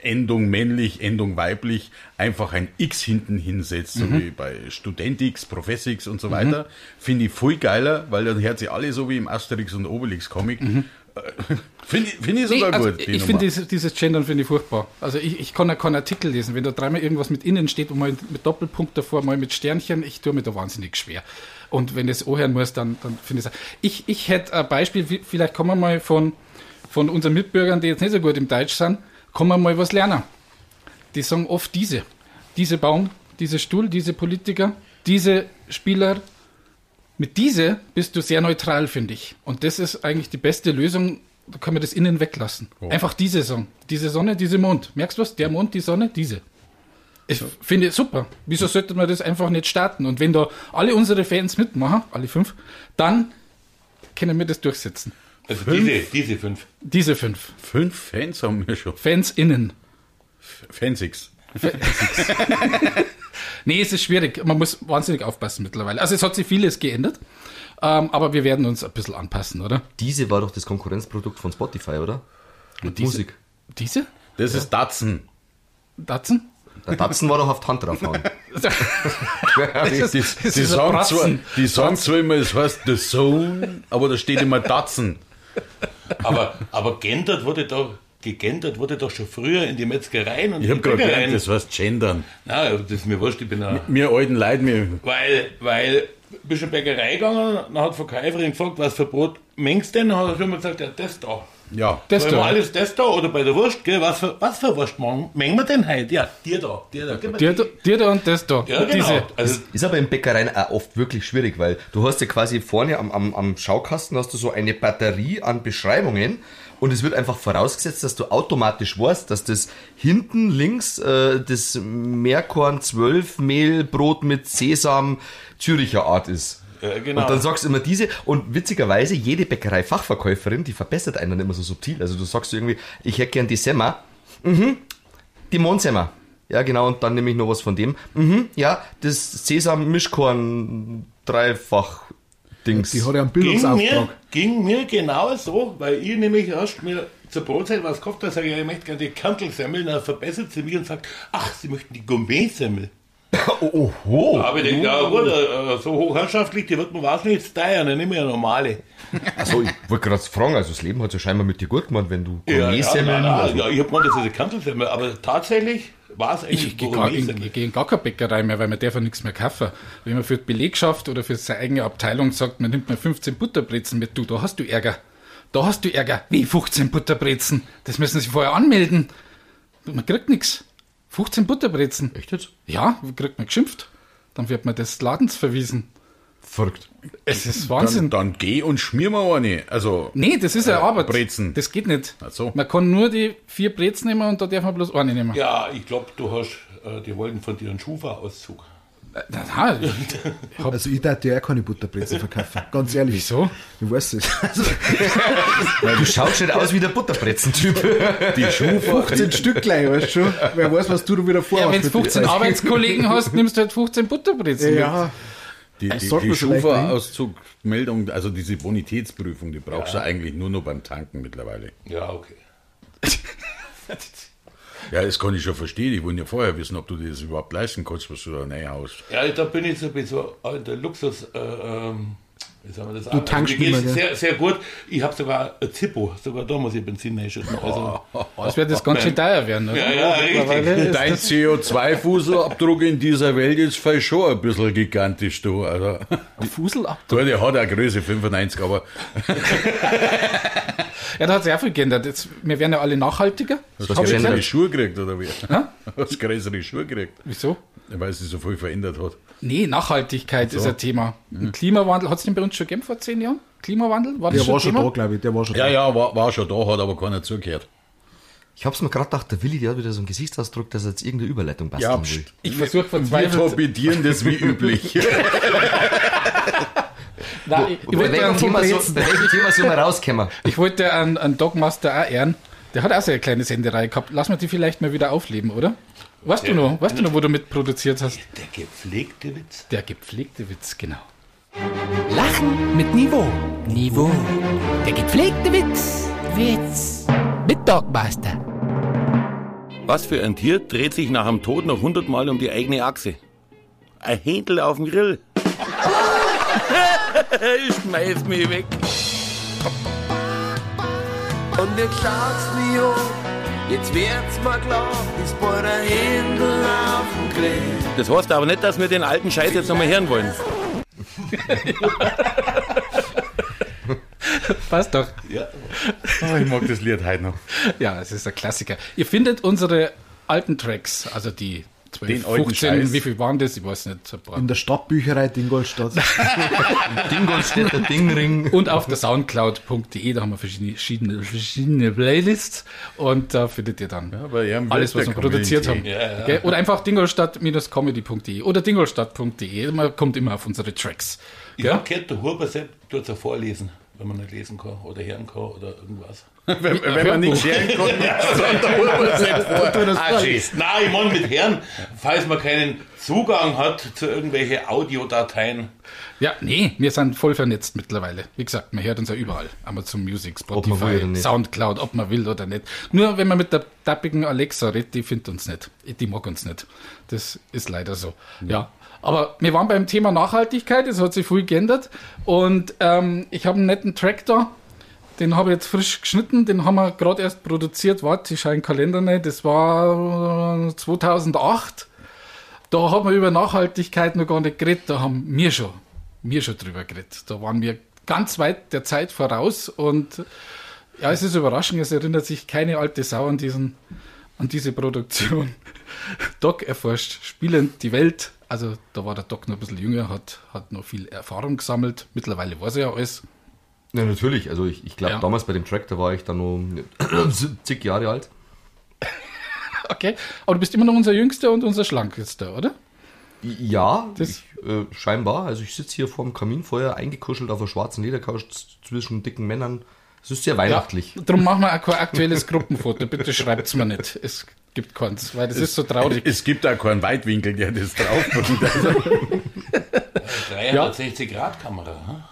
Speaker 2: Endung männlich, Endung weiblich einfach ein X hinten hinsetzt, so
Speaker 12: Mhm.
Speaker 2: wie bei Studentix, Professix und so
Speaker 12: Mhm.
Speaker 2: weiter. Finde ich voll geiler, weil dann hört sie alle so wie im Asterix und Obelix Comic. Äh, Finde ich- finde ich sogar
Speaker 1: Mhm. Nee, also
Speaker 2: gut. die
Speaker 1: ich
Speaker 2: Nummer.
Speaker 1: finde dieses, dieses Gendern finde ich furchtbar. Also ich, ich kann ja keinen Artikel lesen. Wenn da dreimal irgendwas mit innen steht und mal mit Doppelpunkt davor, mal mit Sternchen, ich tue mir da wahnsinnig schwer. Und wenn ich es anhören muss, dann, dann finde ich es. Ich, ich hätte ein Beispiel, wie- vielleicht kann man mal von, von unseren Mitbürgern, die jetzt nicht so gut im Deutsch sind, kann man mal was lernen. Die sagen oft diese. Diese Baum, diese Stuhl, diese Politiker, diese Spieler, mit diese bist du sehr neutral, finde ich. Und das ist eigentlich die beste Lösung. Da können wir das innen weglassen. Einfach diese Saison. Diese Sonne, diese Mond. Merkst du was? Der Mond, die Sonne, diese. Ich finde es super. Wieso sollte man das einfach nicht starten? Und wenn da alle unsere Fans mitmachen, alle fünf, dann können wir das durchsetzen.
Speaker 2: Also
Speaker 1: Fünf?
Speaker 2: diese, diese fünf.
Speaker 1: Diese fünf.
Speaker 2: Fünf Fans haben wir schon.
Speaker 1: Fans innen.
Speaker 2: Fansix.
Speaker 1: nee, es ist schwierig. Man muss wahnsinnig aufpassen mittlerweile. Also es hat sich vieles geändert. Ähm, aber wir werden uns ein bisschen anpassen, oder?
Speaker 4: Diese war doch das Konkurrenzprodukt von Spotify, oder? Mit
Speaker 1: diese-
Speaker 4: Musik.
Speaker 1: Diese?
Speaker 2: Das ist Datsen.
Speaker 1: Datsen?
Speaker 4: Der Datsen war doch auf die Hand draufhauen.
Speaker 2: Die, die, die, sagen zwar, die sagen zwar immer, es heißt The Zone, aber da steht immer Datsen. Aber, aber gendert wurde doch, gegendert wurde doch schon früher in die Metzgereien und
Speaker 12: Ich hab
Speaker 2: die
Speaker 12: grad
Speaker 2: Bäckereien.
Speaker 12: gelernt, das
Speaker 2: heißt gendern. Na, das ist mir wurscht, ich bin ja.
Speaker 12: Mir alten Leid mir.
Speaker 2: Weil, weil, bist du in die Bäckerei gegangen, dann hat die Verkäuferin gefragt, was für Brot mengst denn? Dann hat er immer gesagt, ja, das da.
Speaker 12: Ja,
Speaker 2: Das da. alles das da oder bei der Wurst, gell? Was für, was für Wurst mengen mengen wir denn heute? Ja, dir da, dir da. gib mir
Speaker 1: Dir, da- dir da und das da.
Speaker 2: Ja, genau.
Speaker 1: Diese.
Speaker 2: Also-
Speaker 4: ist aber in Bäckereien auch oft wirklich schwierig, weil du hast ja quasi vorne am, am, am Schaukasten hast du so eine Batterie an Beschreibungen und es wird einfach vorausgesetzt, dass du automatisch weißt, dass das hinten links äh, das Meerkorn 12 Mehlbrot mit Sesam Züricher Art ist.
Speaker 2: Ja, genau.
Speaker 4: Und dann sagst du immer diese und witzigerweise jede Bäckerei-Fachverkäuferin, die verbessert einen dann immer so subtil. Also du sagst irgendwie, ich hätte gern die Semmer. Mhm, die Mohnsemmer. Ja, genau, und dann nehme ich noch was von dem. Mhm, ja, das Sesam-Mischkorn dreifach Dings. Die hat
Speaker 11: ja einen
Speaker 2: Ging mir, ging mir genau so, weil ich nämlich erst mir zur Brotzeit was gekauft habe, sage ich, ich möchte gerne die Kantelsemmel, dann verbessert sie mich und sagt, ach, sie möchten die Gourmet-Semmel.
Speaker 1: Oh,
Speaker 4: Oho.
Speaker 2: Aber ich denke, ja gut, äh, so hochherrschaftlich, die wird man wahrscheinlich jetzt teuer, dann nehme ich eine normale.
Speaker 4: Achso, ich wollte gerade fragen, also das Leben hat ja scheinbar mit dir gut gemacht, wenn du
Speaker 2: Ja, ja,
Speaker 4: Gourmet-Semmeln-
Speaker 2: nein,
Speaker 4: also-
Speaker 2: nein, ja, ich habe gemeint, das ist eine Kantelsemmel, aber tatsächlich war es eigentlich
Speaker 1: Ich gehe gar, in, ich geh in gar keine Bäckerei mehr, weil man darf ja nichts mehr kaufen. Wenn man für die Belegschaft oder für seine eigene Abteilung sagt, man nimmt mal 15 Butterbrezen mit, du, da hast du Ärger. Da hast du Ärger. Wie 15 Butterbrezen? Das müssen sie vorher anmelden. Man kriegt nichts. 15 Butterbrezen.
Speaker 4: Echt jetzt?
Speaker 1: Ja, kriegt man geschimpft. Dann wird man des Ladens verwiesen.
Speaker 4: Verrückt.
Speaker 1: Es ist Wahnsinn.
Speaker 2: Dann, dann geh und schmier mal eine. Also,
Speaker 1: Nee, das ist ja Arbeit.
Speaker 2: Brezen.
Speaker 1: Das geht nicht.
Speaker 2: Ach so.
Speaker 1: Man kann nur die vier Brezen nehmen und da darf man bloß eine nehmen.
Speaker 2: Ja, ich glaube, du hast, äh, die wollten von dir einen Schufa-Auszug.
Speaker 1: Äh, Na, na,
Speaker 11: Also ich darf dir auch keine Butterbrezel verkaufen. Ganz ehrlich.
Speaker 1: Wieso?
Speaker 11: Ich weiß es.
Speaker 4: du schaust nicht aus wie der Butterbrezen-Typ.
Speaker 11: Die Schufa. 15 Stück gleich, weißt du schon? Wer weiß, was du da wieder vorhast.
Speaker 1: Ja, wenn du 15 Arbeitskollegen hast, nimmst du halt 15 Butterbrezen
Speaker 11: Ja.
Speaker 2: Die,
Speaker 11: Das
Speaker 2: die,
Speaker 11: sollte
Speaker 2: die
Speaker 11: man vielleicht
Speaker 2: Schufa-Auszugmeldung, also diese Bonitätsprüfung, die brauchst du eigentlich nur noch beim Tanken mittlerweile. Ja, okay. ja, das kann ich schon verstehen. Ich wollte ja vorher wissen, ob du dir das überhaupt leisten kannst, was du da reinhaust. Ja, da bin ich sowieso in der Luxus. Äh, ähm, wie sagen wir das
Speaker 11: Du
Speaker 2: auch?
Speaker 11: tankst
Speaker 2: Mir geht's
Speaker 11: nicht mehr, gell?
Speaker 2: sehr, sehr gut. Ich habe sogar ein Zippo. Sogar da muss ich Benzin reinschütten. Also,
Speaker 11: Oh.
Speaker 1: Das wird das ganz schön teuer werden, oder?
Speaker 2: Ja, ja,
Speaker 1: Mittlerweile
Speaker 2: richtig.
Speaker 1: ist
Speaker 12: Dein
Speaker 1: das-
Speaker 12: CO2-Fußabdruck in dieser Welt ist vielleicht schon ein bisschen gigantisch, du. Also,
Speaker 1: Fuselabdruck?
Speaker 12: Gut, der hat eine Größe 95, aber
Speaker 1: Ja, da hat sich auch viel geändert. Jetzt, wir werden ja alle nachhaltiger.
Speaker 12: hast du
Speaker 1: Hab ich
Speaker 12: größere
Speaker 1: gesagt.
Speaker 12: Schuhe gekriegt, oder wie?
Speaker 1: Hä?
Speaker 12: Hast du größere Schuhe gekriegt?
Speaker 1: Wieso?
Speaker 12: Weil sie so viel verändert hat.
Speaker 1: Nee, Nachhaltigkeit
Speaker 12: So.
Speaker 1: ist ein Thema. Und Klimawandel, hat es den bei uns schon gegeben vor 10 Jahren? Klimawandel? War das
Speaker 12: Der war schon
Speaker 1: Thema?
Speaker 12: da,
Speaker 11: glaube ich. Der war schon
Speaker 12: Ja, ja, war, war schon da, hat aber keiner zugehört.
Speaker 4: Ich hab's mir gerade gedacht, der Willi, der hat wieder so einen Gesichtsausdruck, dass er jetzt irgendeine Überleitung
Speaker 12: Ja,
Speaker 4: basteln will.
Speaker 12: pst.
Speaker 1: Ich versuche
Speaker 12: Wir
Speaker 1: verzweifelt.
Speaker 12: torpedieren das wie üblich.
Speaker 1: Nein,
Speaker 7: Wo- bei welchem Thema so- bei welchem Thema soll man rauskommen?
Speaker 1: Ich wollte einen, einen Dogmaster auch ehren. Der hat auch so eine kleine Senderei gehabt. Lass mal die vielleicht mal wieder aufleben, oder? Weißt du
Speaker 2: Ja.
Speaker 1: noch, weißt du noch, wo du mitproduziert hast?
Speaker 2: Der gepflegte Witz.
Speaker 1: Der gepflegte Witz, genau.
Speaker 13: Lachen mit Niveau. Niveau. Der gepflegte Witz. Witz. Mit Dogmaster.
Speaker 14: Was für ein Tier dreht sich nach dem Tod noch hundertmal um die eigene Achse? Ein Händel auf dem Grill. ich schmeiß mich weg.
Speaker 10: Und jetzt schaut's mir an, jetzt wird's mir klar, ist bald ein Händel auf dem Grill.
Speaker 14: Das heißt aber nicht, dass wir den alten Scheiß jetzt nochmal hören wollen.
Speaker 1: Passt doch.
Speaker 2: Ja.
Speaker 1: Oh, ich mag das Lied heute noch. Ja, es ist ein Klassiker. Ihr findet unsere alten Tracks, also die 12,
Speaker 3: Den alten
Speaker 1: 15,
Speaker 3: Scheiß.
Speaker 1: wie viel waren das? Ich weiß nicht. so ein paar.
Speaker 3: In der Stadtbücherei Dingolstadt.
Speaker 1: Dingolstädter Dingring. Und auf der soundcloud.de, da haben wir verschiedene, verschiedene, verschiedene Playlists und da findet ihr dann alles, was wir
Speaker 2: Wörter-
Speaker 1: produziert haben.
Speaker 2: Community. Ja, ja.
Speaker 1: Gell? Oder einfach dingolstadt-comedy.de oder dingolstadt.de, man kommt immer auf unsere Tracks.
Speaker 2: Ich hab gehört, der Huber selbst tut es ja vorlesen, wenn man nicht lesen kann oder hören kann oder irgendwas.
Speaker 12: Wenn- wenn man nichts hören kann, dann der Huber selbst vor. Tut das
Speaker 2: Ah,
Speaker 12: vor.
Speaker 2: tschüss. Nein, ich meine mit Herren, falls man keinen Zugang hat zu irgendwelchen Audiodateien.
Speaker 1: Ja, nee, wir sind voll vernetzt mittlerweile. Wie gesagt, man hört uns ja überall. Amazon Music,
Speaker 7: man will oder
Speaker 1: Spotify,
Speaker 7: nicht.
Speaker 1: Soundcloud, ob man will oder nicht. Nur wenn man mit der tappigen Alexa redet, die findet uns nicht. Die mag uns nicht. Das ist leider so. Ja. Aber wir waren beim Thema Nachhaltigkeit, es hat sich viel geändert. Und ähm, ich habe einen netten Track da. Den habe ich jetzt frisch geschnitten, den haben wir gerade erst produziert. Warte, ich schaue in den Kalender nicht. Das war äh, 2008. Da haben wir über Nachhaltigkeit noch gar nicht geredet, da haben wir schon, wir schon drüber geredet. Da waren wir ganz weit der Zeit voraus und ja, es ist überraschend, es erinnert sich keine alte Sau an, diesen, an diese Produktion. Doc erforscht spielend die Welt. Also da war der Doc noch ein bisschen jünger, hat, hat noch viel Erfahrung gesammelt. Mittlerweile weiß er ja alles.
Speaker 7: Ja, natürlich. Also ich, ich glaube,
Speaker 1: Ja.
Speaker 7: damals bei dem Track, da war ich dann nur 70 Jahre alt.
Speaker 1: Okay, aber du bist immer noch unser Jüngster und unser Schlankester, oder?
Speaker 7: Ja, ich, äh, scheinbar. Also ich sitze hier vorm Kaminfeuer, eingekuschelt auf einer schwarzen Ledercouch z- zwischen dicken Männern. Es ist sehr weihnachtlich.
Speaker 1: Ja, darum machen wir auch kein aktuelles Gruppenfoto. Bitte schreibt es mir nicht. Es gibt keins, weil das ist so traurig.
Speaker 12: Es gibt da keinen Weitwinkel, der das draufbringt.
Speaker 2: 360-Grad-Kamera. hm?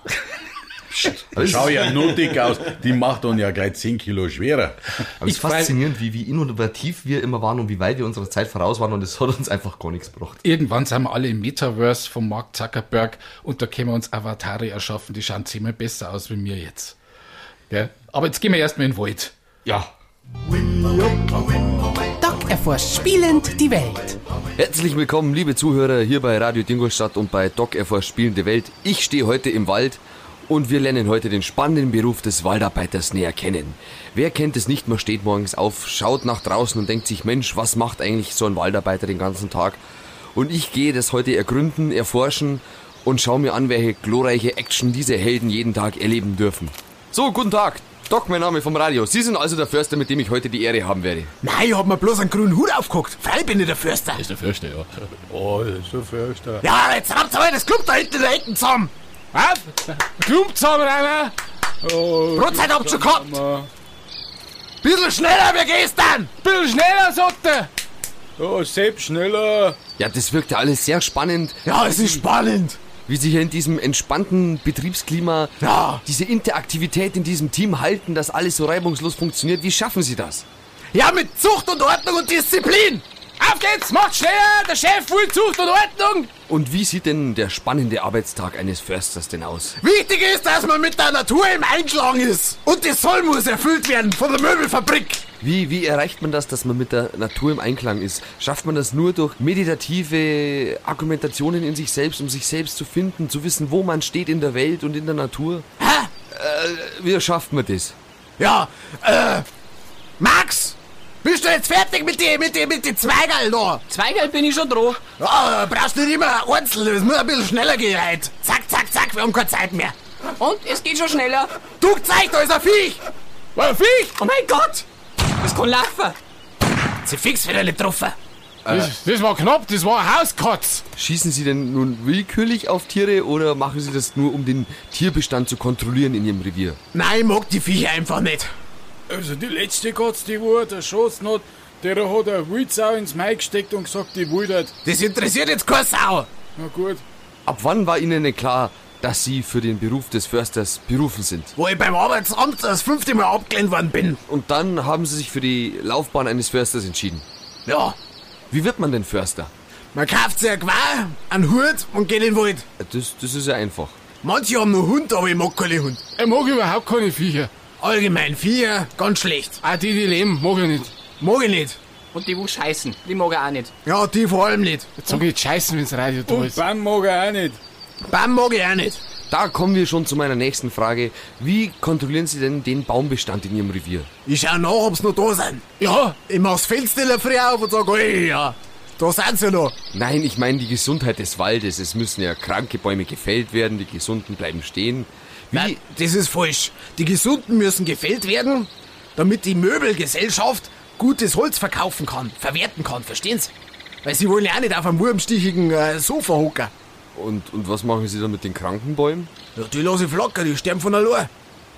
Speaker 12: Da schau ja nuttig aus. Die macht dann ja gleich 10 Kilo schwerer.
Speaker 7: Aber es ist faszinierend, wie, wie innovativ wir immer waren und wie weit wir unserer Zeit voraus waren und es hat uns einfach gar nichts gebracht.
Speaker 1: Irgendwann sind wir alle im Metaverse von Mark Zuckerberg und da können wir uns Avatare erschaffen, die schauen zehnmal besser aus wie mir jetzt. Gell? Aber jetzt gehen wir erstmal in den Wald.
Speaker 7: Ja.
Speaker 13: Doc erforscht spielend die Welt.
Speaker 4: Herzlich willkommen, liebe Zuhörer, hier bei Radio Dingolstadt und bei Doc Erforscht Spielende Welt. Ich stehe heute im Wald und wir lernen heute den spannenden Beruf des Waldarbeiters näher kennen. Wer kennt es nicht, man steht morgens auf, schaut nach draußen und denkt sich, Mensch, was macht eigentlich so ein Waldarbeiter den ganzen Tag? Und ich gehe das heute ergründen, erforschen und schaue mir an, welche glorreiche Action diese Helden jeden Tag erleben dürfen. So, guten Tag, Doc, mein Name vom Radio. Sie sind also der Förster, mit dem ich heute die Ehre haben werde.
Speaker 15: Nein, ich hab mir bloß einen grünen Hut aufgeguckt. Frei bin ich der Förster.
Speaker 4: Ist der Förster, ja.
Speaker 16: Oh, das ist so fürchterlich.
Speaker 15: Ja, Ah, jetzt habt ihr mal das Klump da hinten da hinten zusammen. Was? Klump zusammen, Rainer.
Speaker 17: Oh,
Speaker 15: Brotzeit habt ihr schon gehabt.
Speaker 17: Bisschen schneller, wir gehst dann! Bisschen schneller, Sotte!
Speaker 4: Oh, selbst schneller! Ja, das wirkt ja alles sehr spannend.
Speaker 15: Ja, es ist spannend.
Speaker 4: Wie sie hier in diesem entspannten Betriebsklima diese Interaktivität in diesem Team halten, dass alles so reibungslos funktioniert. Wie schaffen sie das?
Speaker 15: Ja, mit Zucht und Ordnung und Disziplin. Auf geht's, macht schneller. Der Chef will Zucht und Ordnung.
Speaker 4: Und wie sieht denn der spannende Arbeitstag eines Försters denn aus?
Speaker 15: Wichtig ist, dass man mit der Natur im Einklang ist. Und das soll muss erfüllt werden von der Möbelfabrik.
Speaker 4: Wie, wie erreicht man das, dass man mit der Natur im Einklang ist? Schafft man das nur durch meditative Argumentationen in sich selbst, um sich selbst zu finden, zu wissen, wo man steht in der Welt und in der Natur? Äh, wie schafft man das?
Speaker 15: Ja, äh, Max, bist du jetzt fertig mit den mit die, mit die Zweigerl da? Zweigerl bin ich schon dran. Ja, brauchst nicht immer einzeln, es muss ein bisschen schneller gehen heute. Zack, zack, zack, wir haben keine Zeit mehr. Und, es geht schon schneller. Du, zeig, da ist ein Viech. War ein Viech? Oh mein Gott. Das kann laufen. Sie fix wieder nicht getroffen. Das, das war knapp, das war ein Hauskotz.
Speaker 4: Schießen Sie denn nun willkürlich auf Tiere oder machen Sie das nur, um den Tierbestand zu kontrollieren in Ihrem Revier?
Speaker 3: Nein, ich mag die Viecher einfach nicht.
Speaker 18: Also die letzte Katze, die wo er da geschossen hat, der hat eine Wildsau ins Mai gesteckt und gesagt, die wildert.
Speaker 3: Das interessiert jetzt keine Sau.
Speaker 18: Na gut.
Speaker 4: Ab wann war Ihnen denn klar, dass Sie für den Beruf des Försters berufen sind?
Speaker 3: Wo ich beim Arbeitsamt das fünfte Mal abgelehnt worden bin.
Speaker 4: Und dann haben Sie sich für die Laufbahn eines Försters entschieden.
Speaker 3: Ja,
Speaker 4: Wie wird man denn Förster?
Speaker 3: man kauft sich ein Geweih, einen Hut und geht in den Wald.
Speaker 4: Das, das ist ja einfach.
Speaker 3: Manche haben nur Hund, aber ich mag keine Hund.
Speaker 15: Ich mag überhaupt keine Viecher.
Speaker 3: Allgemein Viecher, ganz schlecht.
Speaker 15: Ah, die, die leben, mag ich nicht.
Speaker 3: Mag ich nicht.
Speaker 19: Und die, wo scheißen, die mag er auch nicht.
Speaker 3: Ja, die vor allem nicht.
Speaker 15: Jetzt sag ich jetzt scheißen, wenn's Radio da
Speaker 18: Und
Speaker 15: ist.
Speaker 18: Baum mag er auch nicht.
Speaker 3: Baum mag ich auch nicht.
Speaker 4: Da kommen wir schon zu meiner nächsten Frage. Wie kontrollieren Sie denn den Baumbestand in Ihrem Revier?
Speaker 3: Ich schau nach, ob's noch da sind. Ja, ich mach's Fenster in der früh auf und sag, ey, ja, da sind sie noch.
Speaker 4: Nein, ich meine die Gesundheit des Waldes. Es müssen ja kranke Bäume gefällt werden, die gesunden bleiben stehen. Wie,
Speaker 3: Nein, das ist falsch. Die Gesunden müssen gefällt werden, damit die Möbelgesellschaft gutes Holz verkaufen kann, verwerten kann, verstehen Sie? Weil sie wollen ja auch nicht auf einem wurmstichigen äh, Sofa hocken.
Speaker 4: und, und was machen Sie dann mit den kranken Bäumen?
Speaker 3: Ja, die lasse ich flocker, die sterben von allein.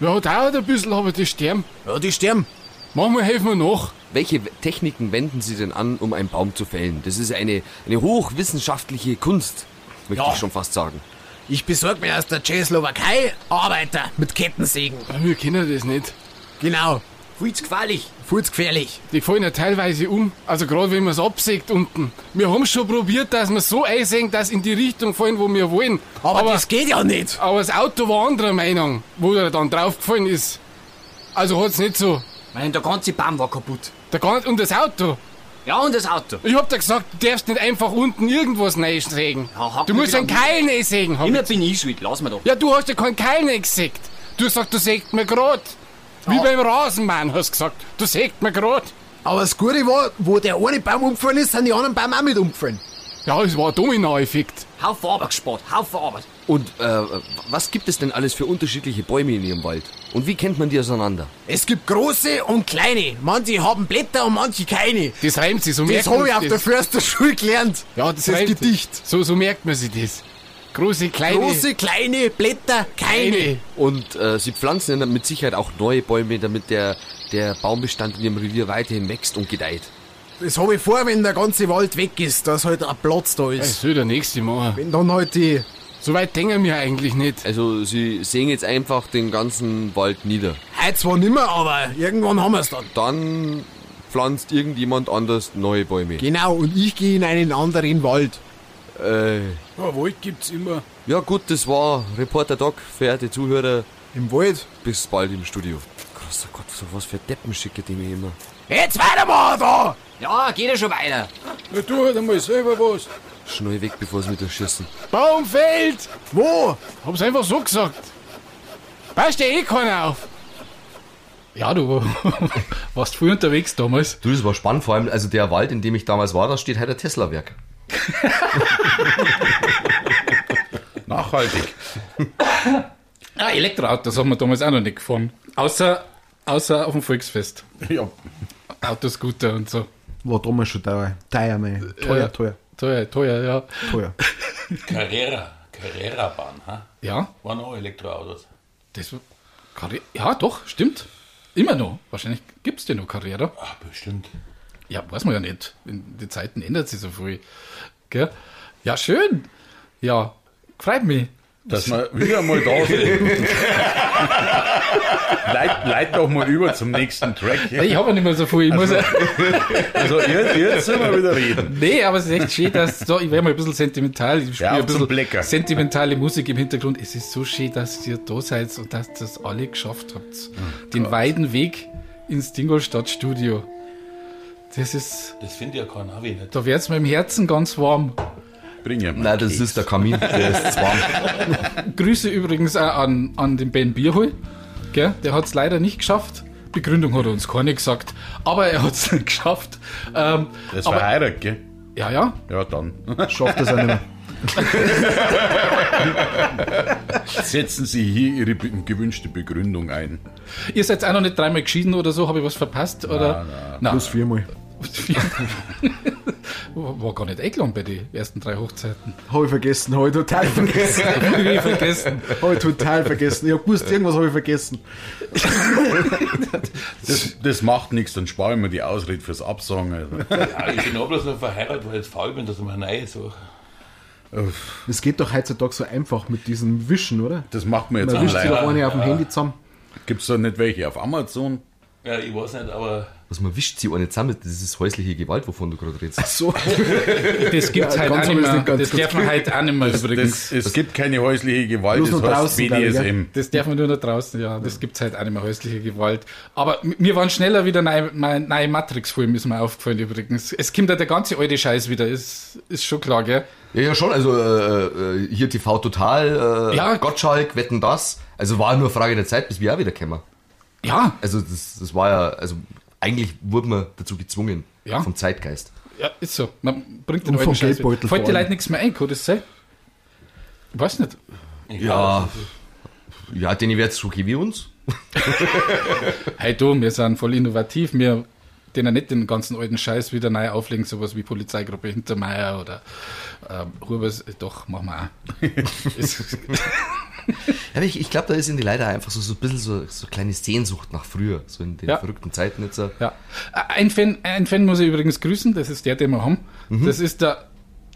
Speaker 15: Ja, dauert ein bisschen, aber die sterben.
Speaker 3: Ja, die sterben.
Speaker 15: Manchmal helfen wir nach.
Speaker 4: Welche Techniken wenden Sie denn an, um einen Baum zu fällen? Das ist eine, eine hochwissenschaftliche Kunst, möchte
Speaker 3: Ja.
Speaker 4: ich schon fast sagen.
Speaker 3: Ich besorge mir aus der Tschechoslowakei Arbeiter mit Kettensägen.
Speaker 15: Wir kennen das nicht.
Speaker 3: Genau,
Speaker 19: Viel zu gefährlich.
Speaker 3: viel zu gefährlich.
Speaker 15: Die fallen ja teilweise um. Also gerade wenn man es absägt unten. Wir haben schon probiert, dass wir so einsägen, dass in die Richtung fallen, wo wir wollen.
Speaker 3: Aber das geht ja nicht.
Speaker 15: Aber das Auto war anderer Meinung, wo er dann draufgefallen ist. Also hat's nicht so.
Speaker 19: Nein, der ganze Baum war kaputt.
Speaker 15: Der Gan und um das Auto.
Speaker 19: Ja, und das Auto.
Speaker 15: Ich hab dir gesagt, du darfst nicht einfach unten irgendwas reinsägen.
Speaker 19: Ja, hab
Speaker 15: du
Speaker 19: mir
Speaker 15: musst einen
Speaker 19: wieder-
Speaker 15: Keil reinsägen. hab
Speaker 19: Immer
Speaker 15: ich-
Speaker 19: bin ich schuld, lass mir doch.
Speaker 15: Ja, du hast ja keinen Keil reingesägt. Du sagst, du sägt mir grad. Wie beim Rasenmann hast du gesagt, du sägt mir grad.
Speaker 3: Aber das Gute war, wo der eine Baum umgefallen ist, sind die anderen Bäume auch mit umgefallen.
Speaker 15: Ja, es war ein Dominoeffekt.
Speaker 19: Haufen Arbeit gespart, Haufen Arbeit.
Speaker 4: Und äh, was gibt es denn alles für unterschiedliche Bäume in Ihrem Wald? Und wie kennt man die auseinander?
Speaker 3: Es gibt große und kleine. Manche haben Blätter und manche keine.
Speaker 15: Das reimt sich, so
Speaker 3: Das
Speaker 15: merkt
Speaker 3: habe
Speaker 15: man's
Speaker 3: ich auf der
Speaker 15: das.
Speaker 3: Försterschule gelernt.
Speaker 15: Ja, das,
Speaker 3: Das
Speaker 15: reimt sich.
Speaker 3: Gedicht.
Speaker 15: So, so merkt man sich das. Große, kleine.
Speaker 3: Große, kleine Blätter, keine.
Speaker 15: Keine.
Speaker 4: Und äh, sie pflanzen dann mit Sicherheit auch neue Bäume, damit der, der Baumbestand in ihrem Revier weiterhin wächst und gedeiht.
Speaker 3: Das habe ich vor, wenn der ganze Wald weg ist, dass halt ein Platz da
Speaker 15: Das
Speaker 3: ist.
Speaker 15: soll der nächste machen.
Speaker 3: Wenn dann halt die...
Speaker 15: So weit denken wir eigentlich nicht.
Speaker 4: Also sie sehen jetzt einfach den ganzen Wald nieder.
Speaker 3: Heute zwar nimmer, aber irgendwann haben wir es dann.
Speaker 4: Dann pflanzt irgendjemand anders neue Bäume.
Speaker 3: Genau, und ich gehe in einen anderen Wald.
Speaker 4: äh,
Speaker 18: Ja, Wald gibt's immer.
Speaker 4: ja gut, das war Reporter Doc, verehrte Zuhörer.
Speaker 3: Im Wald.
Speaker 4: Bis bald im Studio. Großer Gott, so was für Deppen schicke die mir immer.
Speaker 3: Jetzt weiter mal da!
Speaker 19: Ja, geht ja schon weiter.
Speaker 18: Na, tu halt einmal selber was.
Speaker 4: Schnell weg, bevor sie mit erschießen.
Speaker 15: Baum fällt!
Speaker 3: Wo?
Speaker 15: Hab's einfach so gesagt. Passt dir eh keiner auf. Ja, du warst früh unterwegs damals.
Speaker 20: Du, das war spannend, vor allem, also der Wald, in dem ich damals war, da steht heute ein Tesla-Werk.
Speaker 12: Nachhaltig.
Speaker 1: Ah, Elektroautos haben wir damals auch noch nicht gefahren. Außer, außer auf dem Volksfest.
Speaker 12: Ja.
Speaker 1: Autoscooter und so.
Speaker 21: War damals schon teuer. Teuer, mein. Teuer,
Speaker 1: Äh,
Speaker 21: teuer,
Speaker 1: Teuer, teuer, ja.
Speaker 21: teuer.
Speaker 12: Carrera. Carrera-Bahn, ha?
Speaker 1: Ja,
Speaker 12: Waren auch Elektroautos.
Speaker 1: das war. Karri- Ja, doch, stimmt. Immer noch. Wahrscheinlich gibt's den noch Karriere.
Speaker 12: Ah, bestimmt.
Speaker 1: Ja, weiß man ja nicht. In, die Zeiten ändert sich so früh. Gell? Ja, schön. Ja, freut mich.
Speaker 12: Dass wir wieder mal da sind. leit, leit doch mal über zum nächsten Track.
Speaker 1: Ich habe ja nicht mehr so viel. Ich muss ja,
Speaker 12: Also jetzt, jetzt sind wir wieder reden.
Speaker 1: nee, aber es ist echt schön, dass so, ich werde mal ein bisschen sentimental. Ich spiele
Speaker 12: auf
Speaker 1: ein bisschen
Speaker 12: zum Blecker.
Speaker 1: sentimentale Musik im Hintergrund. Es ist so schön, dass ihr da seid und dass das alle geschafft habt. Den weiten Weg ins Dingolstadt Studio. Das ist,
Speaker 12: Das finde ja kein Navi nicht.
Speaker 1: da wird's mir im Herzen ganz warm.
Speaker 12: Bring ja mal.
Speaker 20: Nein, das ist der Kamin, der ist warm.
Speaker 1: Grüße übrigens auch an, an den Ben Bierhol. Gell? Der hat es leider nicht geschafft. Begründung hat er uns keine gesagt, aber er hat es geschafft. Ähm,
Speaker 12: Das war
Speaker 1: aber,
Speaker 12: Heirat, gell?
Speaker 1: ja, ja.
Speaker 12: Ja, dann.
Speaker 21: Schafft das auch nicht mehr.
Speaker 12: Setzen Sie hier Ihre be- gewünschte Begründung ein.
Speaker 1: Ihr seid auch noch nicht dreimal geschieden oder so, habe ich was verpasst? Oder?
Speaker 21: Plus viermal.
Speaker 1: Nein. War war gar nicht eingeladen bei den ersten drei Hochzeiten.
Speaker 3: Habe ich vergessen, habe ich total vergessen.
Speaker 1: Hab ich vergessen.
Speaker 3: Habe ich total vergessen. Ich habe gewusst, irgendwas habe ich vergessen.
Speaker 12: Das, das macht nichts, dann sparen wir die Ausrede fürs Absagen. Also.
Speaker 2: Ja, ich bin auch bloß noch verheiratet, weil ich jetzt faul bin, dass ich mir eine neue suche.
Speaker 3: Es geht doch heutzutage so einfach mit diesem Wischen, oder?
Speaker 12: Das macht man jetzt
Speaker 3: Man wischt sich doch
Speaker 12: online.
Speaker 3: eine auf dem
Speaker 12: Ja.
Speaker 3: Handy zusammen.
Speaker 12: Gibt es da nicht welche auf Amazon?
Speaker 2: Ja, ich weiß nicht, aber
Speaker 4: Was man wischt sie ohne zusammen, das ist häusliche Gewalt, wovon du gerade redest. Ach
Speaker 3: so.
Speaker 1: Das gibt's halt auch nicht mehr. Das darf man halt auch nicht mehr
Speaker 12: Das,
Speaker 1: übrigens.
Speaker 12: das, es gibt keine häusliche Gewalt,
Speaker 1: Bloß
Speaker 12: das
Speaker 1: nur
Speaker 12: heißt
Speaker 1: draußen, glaub ich,
Speaker 12: BDSM.
Speaker 1: gell? Das darf man nur da draußen, ja. Das gibt es halt auch nicht mehr, häusliche Gewalt. Aber m- mir waren schneller wieder neue, mein- neue Matrix-Film, ist mir aufgefallen übrigens. Es kommt ja der ganze alte Scheiß wieder, ist, ist schon klar, gell?
Speaker 4: Ja, ja, schon. Also äh, äh, hier TV Total, äh, Gottschalk, Wetten das. Also war nur Frage der Zeit, bis wir auch wieder kämen.
Speaker 1: Ja.
Speaker 4: Also das, das war ja, also eigentlich wurde man dazu gezwungen
Speaker 1: Ja.
Speaker 4: vom Zeitgeist.
Speaker 1: Ja, ist so. Man bringt den
Speaker 4: Und
Speaker 1: alten
Speaker 4: vom
Speaker 1: Scheiß
Speaker 4: Geldbeutel
Speaker 1: wieder.
Speaker 4: vor
Speaker 1: Fällt die
Speaker 4: allem.
Speaker 1: Leute nichts mehr ein, kann das sein? Ich weiß nicht.
Speaker 4: Ja, ja, denen wäre es so wie uns.
Speaker 1: Hey du, wir sind voll innovativ, wir denen nicht den ganzen alten Scheiß wieder neu auflegen, sowas wie Polizeigruppe Hintermeier oder ähm, Hubers, doch, machen wir auch. Ist-
Speaker 4: Ja, aber ich, ich glaube, da ist in die leider einfach so, so ein bisschen so, so kleine Sehnsucht nach früher, so in den
Speaker 1: Ja.
Speaker 4: verrückten Zeiten jetzt.
Speaker 1: Ja. Ein Fan, ein Fan muss ich übrigens grüßen, das ist der, den wir haben. Das ist der,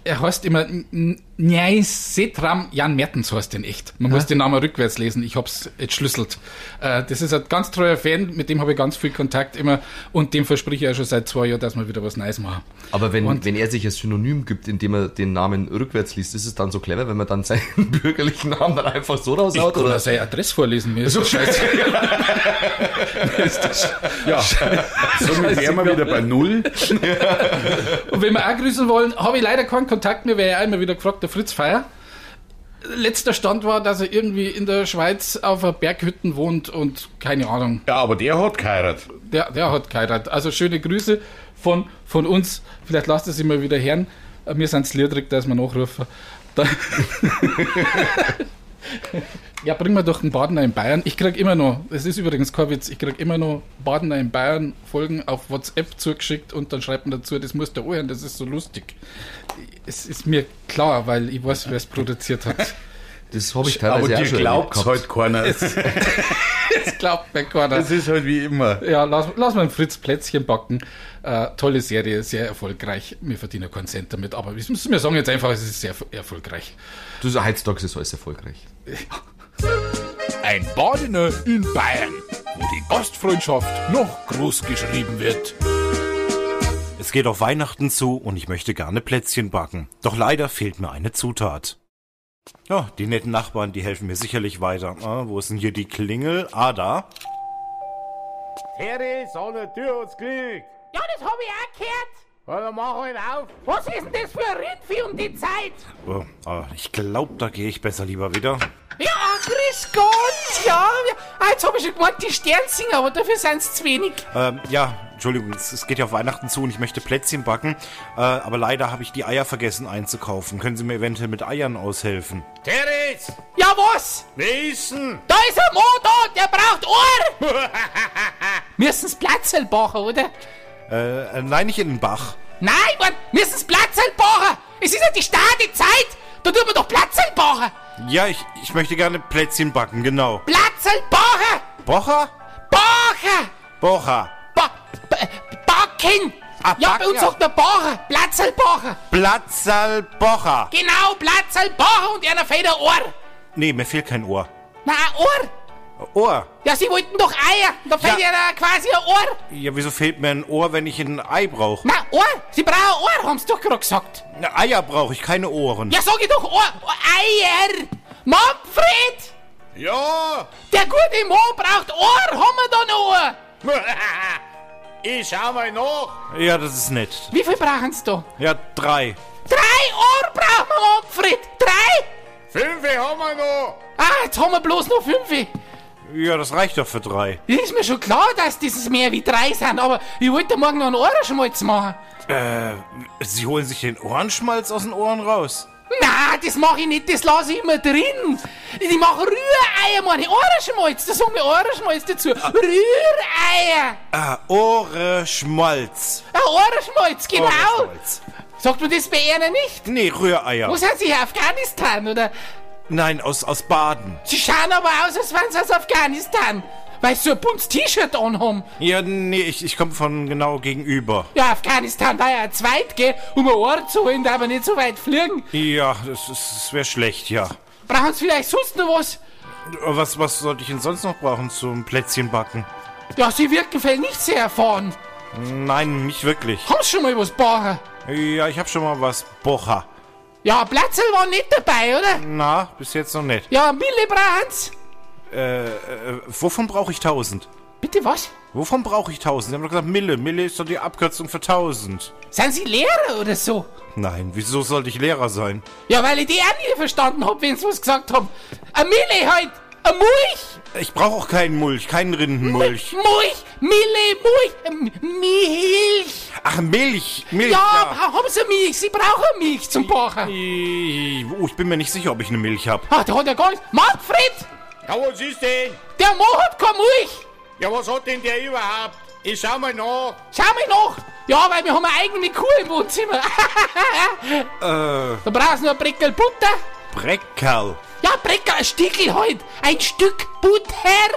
Speaker 1: er heißt immer N- N- Njai Setram Jan Mertens heißt den echt. Man muss den Namen rückwärts lesen, ich hab's entschlüsselt. Äh, Das ist ein ganz treuer Fan, mit dem habe ich ganz viel Kontakt immer und dem verspreche ich auch schon seit zwei Jahren, dass wir wieder was Neues machen.
Speaker 4: Aber wenn,
Speaker 1: Und-
Speaker 4: wenn er sich als Synonym gibt, indem er den Namen rückwärts liest, ist es dann so clever, wenn man dann seinen bürgerlichen Namen dann einfach so
Speaker 1: Ich
Speaker 4: raushaut?
Speaker 1: kann
Speaker 4: Oder?
Speaker 1: oder seine Adresse vorlesen, mir ist
Speaker 4: So
Speaker 1: das scheiße.
Speaker 12: Ja, somit wären wir wieder bei Null.
Speaker 1: Und wenn wir auch grüßen wollen, habe ich leider keinen Kontakt mehr, weil ich auch immer wieder gefragt, der Fritz Feier. Letzter Stand war, dass er irgendwie in der Schweiz auf einer Berghütten wohnt und keine Ahnung.
Speaker 12: Ja, aber der hat geheiratet.
Speaker 1: Der, der hat geheiratet. Also schöne Grüße von, von uns. Vielleicht lasst es immer wieder hören. Mir sind es liedrig, dass wir nachrufen. Da ja, bring mir doch einen Badener in Bayern. Ich krieg immer noch, das ist übrigens kein Witz, ich krieg immer noch Badener in Bayern Folgen auf WhatsApp zugeschickt und dann schreibt man dazu, das muss der anhören, das ist so lustig. Es ist mir klar, weil ich weiß, wer es produziert hat.
Speaker 4: Das habe ich
Speaker 12: Aber
Speaker 4: teilweise
Speaker 12: dir
Speaker 4: auch schon
Speaker 12: glaubt
Speaker 4: erlebt
Speaker 1: halt
Speaker 12: heute
Speaker 4: gehabt.
Speaker 12: keiner.
Speaker 1: Das glaubt mir keiner.
Speaker 12: Das ist halt wie immer.
Speaker 1: Ja, lass, lass mal einen Fritz Plätzchen backen. Äh, tolle Serie, sehr erfolgreich. Wir verdienen keinen Cent damit, aber wir müssen wir sagen jetzt einfach, es ist sehr erfolgreich.
Speaker 4: Du sagst, heutzutage ist alles erfolgreich.
Speaker 22: Ein Badener in Bayern, wo die Gastfreundschaft noch groß geschrieben wird.
Speaker 23: Es geht auf Weihnachten zu und ich möchte gerne Plätzchen backen. Doch leider fehlt mir eine Zutat. Ja, die netten Nachbarn, die helfen mir sicherlich weiter. Ah, wo ist denn hier die Klingel? Ah, da.
Speaker 24: Terry, so eine Tür uns Glück.
Speaker 15: Ja, das habe ich auch gehört.
Speaker 24: Ja, dann mach halt auf.
Speaker 15: Was ist denn das für ein Rindvieh um die Zeit?
Speaker 23: Oh, ah, ich glaube, da gehe ich besser lieber wieder.
Speaker 15: Ja, grüß Gott, ja. Ah, jetzt habe ich schon gemeint, die Sternsinger, aber dafür sind es zu wenig.
Speaker 23: Ähm, ja, Entschuldigung, es, es geht ja auf Weihnachten zu und ich möchte Plätzchen backen. Äh, aber leider habe ich die Eier vergessen einzukaufen. Können Sie mir eventuell mit Eiern aushelfen?
Speaker 24: Territz!
Speaker 15: Ja, was?
Speaker 24: Wissen!
Speaker 15: Da ist ein Mo da, der braucht Ohr. müssen's Platzl machen, oder?
Speaker 23: Äh, äh, nein, nicht in den Bach.
Speaker 15: Nein, man, müssen's Platzl machen. Es ist ja die starke Zeit. Da tut man doch Platzl machen.
Speaker 23: Ja, ich, ich möchte gerne Plätzchen backen, genau.
Speaker 15: Platzl machen.
Speaker 23: Bocher?
Speaker 15: Bacher.
Speaker 23: Bocher.
Speaker 15: Backen. ja, bei
Speaker 23: ja.
Speaker 15: uns sagt man Bacher. Platzl Bacher.
Speaker 23: Platzal Bocher.
Speaker 15: Genau, Platzl Bacher und einer fehlt ein Ohr.
Speaker 23: Nee, mir fehlt kein Ohr.
Speaker 15: Na, ein Ohr.
Speaker 23: Ohr?
Speaker 15: Ja, sie wollten doch Eier. Da fehlt ja, da quasi ein Ohr.
Speaker 23: Ja, wieso fehlt mir ein Ohr, wenn ich ein Ei brauche?
Speaker 15: Na, Ohr. Sie brauchen ein Ohr, haben's doch gerade gesagt.
Speaker 23: Eier brauche ich, keine Ohren.
Speaker 15: Ja, sag ich doch Ohr, Eier. Manfred.
Speaker 24: Ja!
Speaker 15: Der gute Mo braucht Ohr, haben wir da noch Ohr?
Speaker 24: ich schau mal nach.
Speaker 23: Ja, das ist nett.
Speaker 15: Wie viel brauchen's da?
Speaker 23: Ja, drei.
Speaker 15: Drei Ohr brauchen wir, Manfred. Drei?
Speaker 24: Fünf haben wir noch.
Speaker 15: Ah, jetzt haben wir bloß noch fünf.
Speaker 23: Ja, das reicht doch für drei.
Speaker 15: Ist mir schon klar, dass dieses mehr wie drei sind, aber ich wollte morgen noch einen Ohrenschmalz machen.
Speaker 23: Äh, sie holen sich den Ohrenschmalz aus den Ohren raus.
Speaker 15: Na, das mache ich nicht, das lasse ich immer drin. Ich mache Rühreier, meine Ohrenschmalz, da sagen wir Ohrenschmalz dazu. Rühreier.
Speaker 23: Ah, Ohrenschmalz.
Speaker 15: Ein Ohrenschmalz, genau.
Speaker 23: Ohrenschmalz.
Speaker 15: Sagt man das bei einer nicht?
Speaker 23: Nee, Rühreier.
Speaker 15: Wo sind sie her? Afghanistan, oder?
Speaker 23: Nein, aus, aus Baden.
Speaker 15: Sie schauen aber aus, als wären sie aus Afghanistan. Weil sie so ein buntes T-Shirt anhaben.
Speaker 23: Ja, nee, ich, ich komme von genau gegenüber.
Speaker 15: Ja, Afghanistan war ja ein zweit, gell? Um ein Ort zu holen, darf man nicht so weit fliegen.
Speaker 23: Ja, das, ist- das wäre schlecht, ja.
Speaker 15: Brauchen sie vielleicht sonst noch was?
Speaker 23: Was, was sollte ich denn sonst noch brauchen zum Plätzchen backen?
Speaker 15: Ja, sie wirken vielleicht nicht sehr erfahren.
Speaker 23: Nein, nicht wirklich.
Speaker 15: Haben sie schon mal was bauen?
Speaker 23: Ja, ich habe schon mal was. Bocha.
Speaker 15: Ja, Platzel war nicht dabei, oder?
Speaker 23: Na, bis jetzt noch nicht.
Speaker 15: Ja, Millebrands.
Speaker 23: Äh, äh wovon brauche ich 1000?
Speaker 15: Bitte was?
Speaker 23: Wovon brauche ich 1000? Sie haben doch gesagt Mille. Mille ist doch die Abkürzung für 1000.
Speaker 15: Sind sie Lehrer oder so?
Speaker 23: Nein, wieso sollte ich Lehrer sein?
Speaker 15: Ja, weil ich die auch nie verstanden hab, wenn sie was gesagt haben. Eine Mille halt. Eine Mulch.
Speaker 23: Ich brauche auch keinen Mulch, keinen Rindenmulch.
Speaker 15: Mulch. Mille, Mulch. ähm, Milch.
Speaker 23: Ach, Milch. Milch.
Speaker 15: ja, ha- haben sie Milch. Sie brauchen Milch zum Bachen.
Speaker 23: Oh, ich bin mir nicht sicher, ob ich eine Milch habe.
Speaker 15: Ah, der hat ja gar nichts. Manfred!
Speaker 25: Ja, was ist denn?
Speaker 15: Der Mo hat keine Milch.
Speaker 25: Ja, was hat denn der überhaupt? Ich schau mal nach.
Speaker 15: Schau mal nach. Ja, weil wir haben eine eigene Kuh im Wohnzimmer.
Speaker 23: Äh,
Speaker 15: da brauchst du nur ein Breckel Butter.
Speaker 23: Breckerl.
Speaker 15: Ja, Breckel, ein Stückel halt. Ein Stück Butter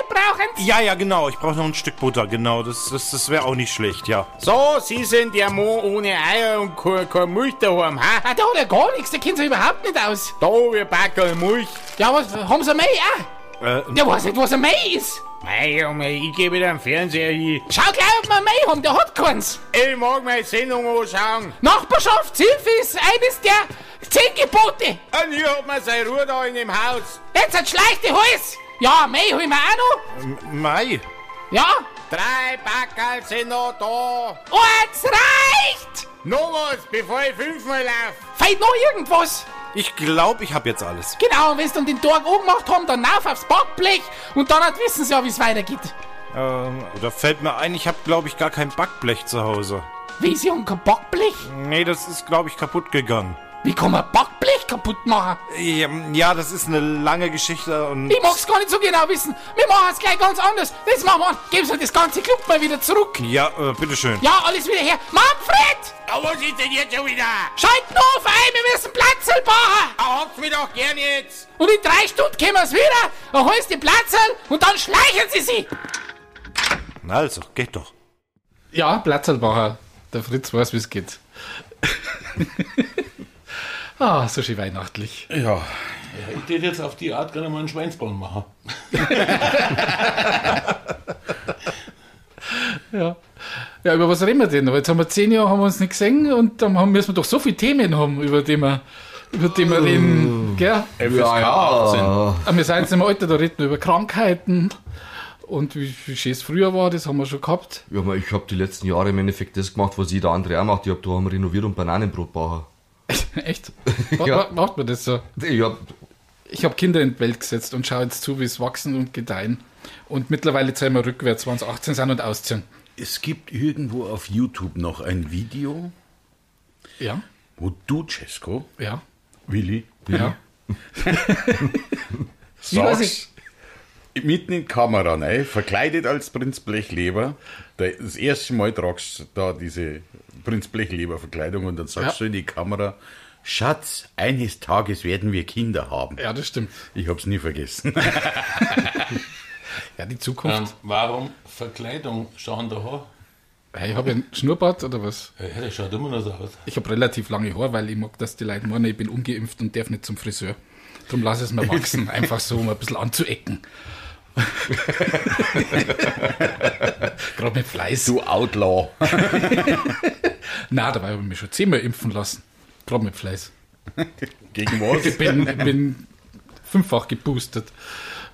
Speaker 15: brauchen sie.
Speaker 23: Ja, ja, genau. Ich brauche noch ein Stück Butter. Genau, das, das, das wäre auch nicht schlecht, ja.
Speaker 25: So, Sie sind der Mann ohne Eier und keine, keine Milch daheim, ha?
Speaker 15: Ah, da hat er gar nichts. Da kennen sie überhaupt nicht aus.
Speaker 25: Da hab ich Backel Milch.
Speaker 15: Ja, was haben sie Mai auch?
Speaker 23: Äh,
Speaker 15: Der weiß nicht, ah. was ein Mai ist.
Speaker 25: Mei, Junge, ich geh wieder am Fernseher hin.
Speaker 15: Schau gleich, ob wir einen Mai haben. Der hat keins.
Speaker 25: Ich mag meine Sendung anschauen.
Speaker 15: Nachbarschaftshilfe ist eines der zehn Gebote.
Speaker 25: Und hier hat man seine Ruhe da in dem Haus.
Speaker 15: Jetzt ein schleichte Hals. Ja, Mai haben wir auch noch.
Speaker 23: Mai.
Speaker 15: Ja,
Speaker 25: Drei Backerl sind noch da.
Speaker 15: eins reicht.
Speaker 25: Noch was, bevor ich fünfmal lauf.
Speaker 15: Fehlt noch irgendwas.
Speaker 23: Ich glaube, ich habe jetzt alles.
Speaker 15: Genau, wenn sie dann den Tag umgemacht haben, dann auf aufs Backblech und dann halt wissen sie ja, wie es weitergeht.
Speaker 23: Ähm, da fällt mir ein, ich habe, glaube ich, gar kein Backblech zu Hause.
Speaker 15: Wie, sie haben kein Backblech?
Speaker 23: Nee, das ist, glaube ich, kaputt gegangen.
Speaker 15: Wie kann man Backblech kaputt machen?
Speaker 23: Ähm, Ja, das ist eine lange Geschichte und...
Speaker 15: Ich mag's gar nicht so genau wissen. Wir machen es gleich ganz anders. Das machen wir. Geben Sie das ganze Club mal wieder zurück.
Speaker 1: Hm.
Speaker 23: Ja, äh, bitteschön.
Speaker 15: Ja, alles wieder her. Manfred!
Speaker 25: Ja, was ist denn jetzt schon wieder?
Speaker 15: Schalten auf ein, wir müssen Platzl machen.
Speaker 25: Ah, habt's mir doch gern jetzt.
Speaker 15: Und in drei Stunden kommen wir's wieder, dann holst die Platzl und dann schleichen sie sie.
Speaker 23: Na also, geht doch.
Speaker 1: Ja, Platzlbacher. Der Fritz weiß, wie es geht. ah, so schön weihnachtlich.
Speaker 12: Ja. Ich tät jetzt auf die Art gerne mal einen Schweinsbraten machen.
Speaker 1: Ja. ja, über was reden wir denn? noch? Jetzt haben wir zehn Jahre haben wir uns nicht gesehen und dann haben, müssen wir doch so viele Themen haben, über die wir, über die wir reden. Gell?
Speaker 12: FSK 18.
Speaker 1: Aber wir sind jetzt im Alter, da reden wir über Krankheiten und wie, wie schön es früher war, das haben wir schon gehabt.
Speaker 4: Ja, aber ich habe die letzten Jahre im Endeffekt das gemacht, was jeder andere auch macht. Ich habe daheim renoviert und Bananenbrot bauen.
Speaker 1: Echt?
Speaker 4: Ja.
Speaker 1: ja. Macht man das so?
Speaker 4: Ich habe
Speaker 1: Ich habe Kinder in die Welt gesetzt und schaue jetzt zu, wie es wachsen und gedeihen. Und mittlerweile zählen wir rückwärts, wann es 18 sind und ausziehen.
Speaker 12: Es gibt irgendwo auf YouTube noch ein Video,
Speaker 1: Ja,
Speaker 12: wo du, Cesco,
Speaker 1: ja.
Speaker 12: Willi,
Speaker 1: Ja.
Speaker 12: sagst, mitten in die Kamera rein, verkleidet als Prinz Blechleber, da- das erste Mal tragst du da diese Prinz Blechleber-Verkleidung und dann sagst
Speaker 1: Ja.
Speaker 12: du in die Kamera, Schatz, eines Tages werden wir Kinder haben.
Speaker 1: Ja, das stimmt.
Speaker 12: Ich hab's nie vergessen.
Speaker 1: Ja, die Zukunft.
Speaker 12: Ähm,
Speaker 2: Warum Verkleidung? Schauen da her.
Speaker 1: Hey, ich habe einen Schnurrbart oder was?
Speaker 2: Ja, das schaut immer noch so aus.
Speaker 1: Ich habe relativ lange Haare, weil ich mag, dass die Leute meinen, ich bin ungeimpft und darf nicht zum Friseur. Darum lasse ich es mir wachsen, einfach so, um ein bisschen anzuecken. Gerade mit Fleiß.
Speaker 12: Du Outlaw.
Speaker 1: Na, dabei habe ich mich schon zehnmal impfen lassen. Gerade mit Fleiß.
Speaker 12: Gegen was?
Speaker 1: Ich bin, ich bin fünffach geboostet.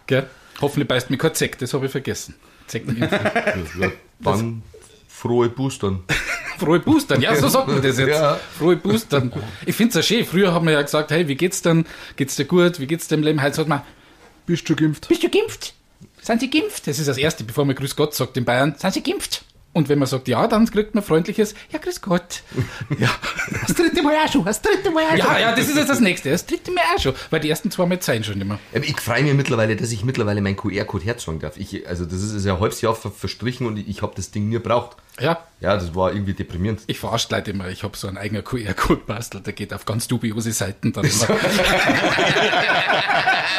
Speaker 1: Gell? Hoffentlich beißt mir kein Zeck, das habe ich vergessen. Zeckenimpfung.
Speaker 4: dann frohe Boostern.
Speaker 1: Frohe Boostern, ja, so sagt man das jetzt.
Speaker 4: Ja.
Speaker 1: Frohe Boostern. Ich finde es ja schön. Früher haben wir ja gesagt, hey, wie geht's denn? Geht's dir gut? Wie geht's dem Leben? Heute sagt man,
Speaker 26: Bist du geimpft?
Speaker 1: bist du geimpft? Sind sie geimpft? Das ist das Erste, bevor man Grüß Gott sagt in Bayern. Sind sie geimpft? Und wenn man sagt, ja, dann kriegt man freundliches, ja, grüß Gott.
Speaker 27: Das dritte Mal auch schon, das dritte Mal auch
Speaker 1: Ja,
Speaker 27: schon.
Speaker 1: ja, das ist jetzt das Nächste. Das dritte Mal auch schon. Weil die ersten zwei Mal zeigen schon immer.
Speaker 4: Ähm, Ich freue mich mittlerweile, dass ich mittlerweile meinen QR-Code herzeigen darf. Ich, also das ist ja ein halbes Jahr ver verstrichen und ich habe das Ding nie gebraucht.
Speaker 3: Ja.
Speaker 4: Ja, das war irgendwie deprimierend.
Speaker 3: Ich verarsche Leute immer, ich habe so einen eigenen QR-Code bastelt, der geht auf ganz dubiose Seiten dann immer.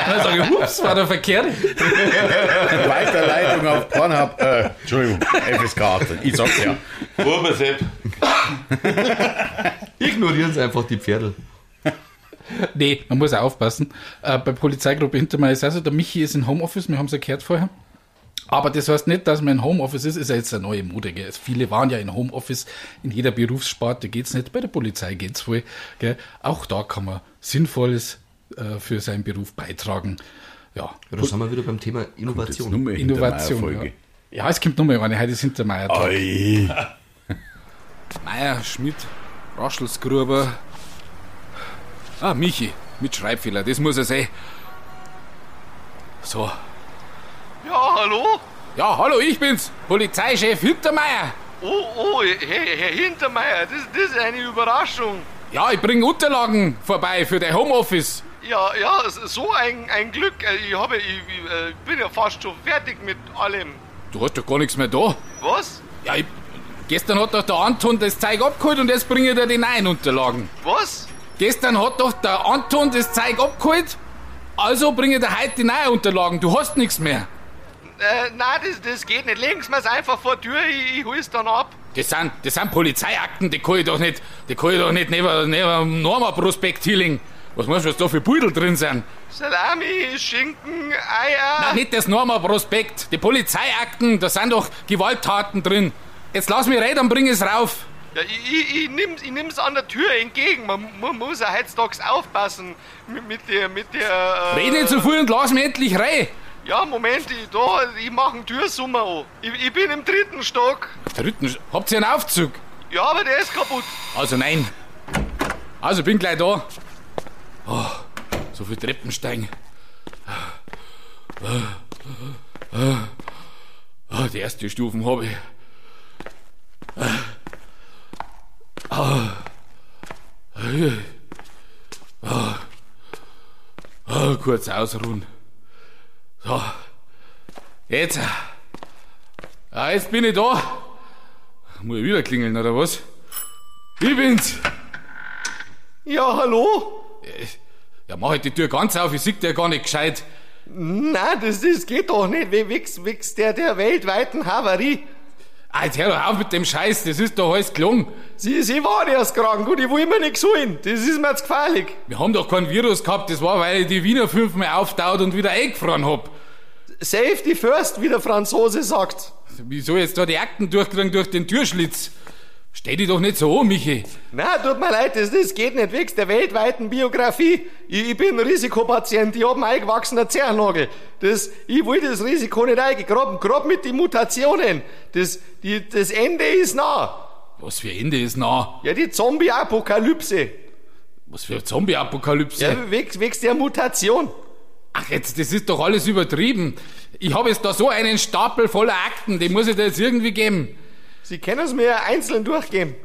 Speaker 3: dann sage ich, ups, war der verkehrt.
Speaker 12: Weiterleitung auf Pornhub. Äh, Entschuldigung, FSK 18. Ich sag's ja. Burbesepp.
Speaker 4: Ignorieren sie einfach die Pferde.
Speaker 3: Nee, man muss auch aufpassen. Äh, bei Polizeigruppe Hintermeier ist also, der Michi ist in Homeoffice, wir haben es ja gehört vorher. Aber das heißt nicht, dass man in Homeoffice ist, ist ja jetzt eine neue Mode. Gell? Also Viele waren ja in Homeoffice, in jeder Berufssparte geht's nicht, bei der Polizei geht's wohl. Gell? Auch da kann man Sinnvolles äh, für seinen Beruf beitragen. Ja,
Speaker 4: Ja, da sind wir wieder beim Thema Innovation.
Speaker 3: Innovation. Ja. ja, es kommt nochmal eine, heute ist Hintermeier.
Speaker 12: Ei.
Speaker 1: Meier, Schmidt, Raschelsgruber. Ah, Michi, mit Schreibfehler, das muss er sein. So.
Speaker 28: Ja, hallo?
Speaker 1: Ja, hallo, ich bin's, Polizeichef Hintermeier.
Speaker 28: Oh, oh, Herr, Herr Hintermeier, das, das ist eine Überraschung.
Speaker 1: Ja, ich bringe Unterlagen vorbei für dein Homeoffice.
Speaker 28: Ja, ja, es ist so ein, ein Glück. Äh, Ich, habe, ich, ich äh, bin ja fast schon fertig mit allem.
Speaker 1: Du hast doch gar nichts mehr da.
Speaker 28: Was?
Speaker 1: Ja, ich, gestern hat doch der Anton das Zeug abgeholt und jetzt bringe ich dir die neuen Unterlagen.
Speaker 28: Was?
Speaker 1: Gestern hat doch der Anton das Zeug abgeholt, also bringe ich dir heute die neuen Unterlagen. Du hast nichts mehr.
Speaker 28: Äh, nein, das, das geht nicht. Legen Sie mir's einfach vor die Tür, ich, ich hol's dann ab.
Speaker 1: Das sind, das sind Polizeiakten, die kann ich doch nicht, die kann ich doch nicht neben, neben Norma Prospekt Healing. Was meinst du, was da für Pudel drin sind?
Speaker 28: Salami, Schinken, Eier.
Speaker 1: Na, nicht das Norma Prospekt, die Polizeiakten, da sind doch Gewalttaten drin. Jetzt lass mich reden und bring es rauf.
Speaker 28: Ja, ich, ich, ich, nimm's, ich nimm's an der Tür entgegen. Man, man muss ja heutzutage aufpassen mit, mit der... Mit der äh,
Speaker 1: Red nicht zu früh und lass mich endlich rein.
Speaker 28: Ja, Moment, ich, da, ich mach einen Türsummer an. äh, Ich, ich bin im dritten Stock.
Speaker 1: Dritten, habt ihr einen Aufzug?
Speaker 28: Ja, aber der ist kaputt.
Speaker 1: Also nein. Also bin gleich da. Oh, so viel Treppensteigen. Oh, die erste Stufen habe ich. Ah. Ah. Ah, kurz ausruhen. So. Jetzt. Ah, jetzt bin ich da. Muss ich wieder klingeln, oder was? Ich bin's.
Speaker 28: Ja, hallo?
Speaker 1: Äh, Ja, mach halt die Tür ganz auf, ich sieg dir gar nicht gescheit.
Speaker 28: Nein, das, das geht doch nicht. Wie Wix, Wix der, der weltweiten Havarie.
Speaker 1: Ah, jetzt hör doch auf mit dem Scheiß, das ist doch alles gelungen.
Speaker 28: Sie, sie waren erst krank und ich will mir nichts holen. Das ist mir zu gefährlich.
Speaker 1: Wir haben doch kein Virus gehabt, das war, weil ich die Wiener fünfmal auftaut und wieder eingefroren hab.
Speaker 28: Safety first, wie der Franzose sagt.
Speaker 1: Wieso jetzt da die Akten durchkriegen durch den Türschlitz? Steh dich doch nicht so an, Michi.
Speaker 28: Na, tut mir leid, das, das geht nicht wegen der weltweiten Biografie. Ich, ich bin Risikopatient, ich hab einen eingewachsenen Zernagel. Das, ich will das Risiko nicht eingegraben, gerade mit den Mutationen. Das, die, das Ende ist nah.
Speaker 1: Was für Ende ist nah?
Speaker 28: Ja, die Zombie-Apokalypse.
Speaker 1: Was für Zombie-Apokalypse?
Speaker 28: Ja, wegen, wegen der Mutation.
Speaker 1: Ach jetzt, das ist doch alles übertrieben. Ich habe jetzt da so einen Stapel voller Akten, den muss ich dir jetzt irgendwie geben.
Speaker 28: Sie können es mir einzeln durchgeben.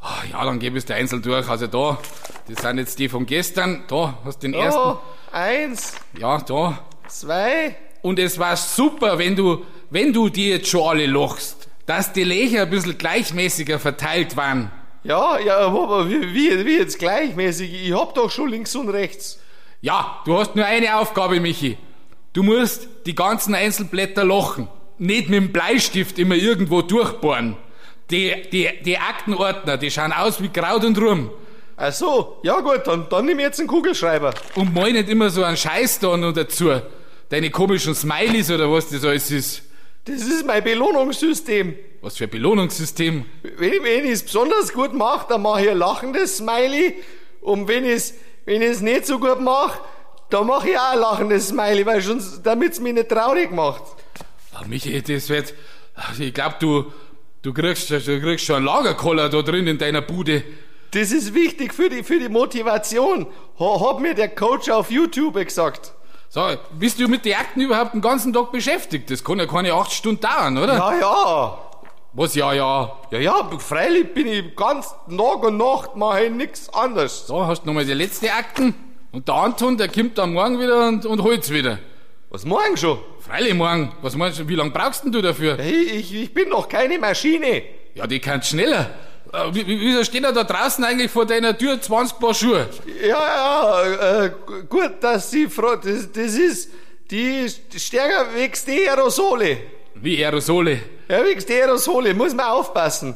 Speaker 1: Ach ja, dann gebe ich dir einzeln durch. Also da, das sind jetzt die von gestern. Da hast du den ersten.
Speaker 28: Oh, eins,
Speaker 1: Ja, da.
Speaker 28: zwei.
Speaker 1: Und es war super, wenn du, wenn du die jetzt schon alle lochst, dass die Lächer ein bisschen gleichmäßiger verteilt waren.
Speaker 28: Ja, ja, aber wie, wie, wie jetzt gleichmäßig? Ich hab doch schon links und rechts.
Speaker 1: Ja, du hast nur eine Aufgabe, Michi. Du musst die ganzen Einzelblätter lochen. Nicht mit dem Bleistift immer irgendwo durchbohren. Die, die, die Aktenordner, die schauen aus wie Kraut und Rum.
Speaker 28: Ach so, ja gut, dann, dann nimm ich jetzt einen Kugelschreiber.
Speaker 1: Und mal nicht immer so einen Scheiß da noch dazu. Deine komischen Smileys oder was das alles ist.
Speaker 28: Das ist mein Belohnungssystem.
Speaker 1: Was für ein Belohnungssystem.
Speaker 28: Wenn, wenn ich es besonders gut mache, dann mache ich ein lachendes Smiley. Und wenn ich es wenn ich's nicht so gut mache, dann mache ich auch ein lachendes Smiley, weil schon, damit es mich nicht traurig macht.
Speaker 1: Ah, Michi, das wird. also Ich glaub, du, du, kriegst, du kriegst schon einen Lagerkoller da drin in deiner Bude.
Speaker 28: Das ist wichtig für die, für die Motivation. Ha- Hat mir der Coach auf YouTube gesagt.
Speaker 1: So, bist du mit den Akten überhaupt den ganzen Tag beschäftigt? Das kann ja keine acht Stunden dauern, oder?
Speaker 28: Ja, Ah ja.
Speaker 1: Was, ja, ja?
Speaker 28: Ja, ja, freilich bin ich ganz Tag und Nacht, mache ich nichts anderes.
Speaker 1: So, hast du nochmal die letzte Akten? Und der Anton, der kommt dann morgen wieder und, und holt's wieder.
Speaker 28: Was, morgen schon?
Speaker 1: Freilich morgen. Was meinst du, wie lange brauchst denn du dafür?
Speaker 28: Ich, ich, ich bin doch keine Maschine.
Speaker 1: Ja, die kann schneller. Äh, wie- wie- Wieso stehen da draußen eigentlich vor deiner Tür 20 Paar Schuhe?
Speaker 28: Ja, ja, äh, gu- gut, dass die Frau, das, das ist, die ist stärker wächst die Aerosole.
Speaker 1: Wie Aerosole?
Speaker 28: Ja, wächst die Aerosole, muss man aufpassen.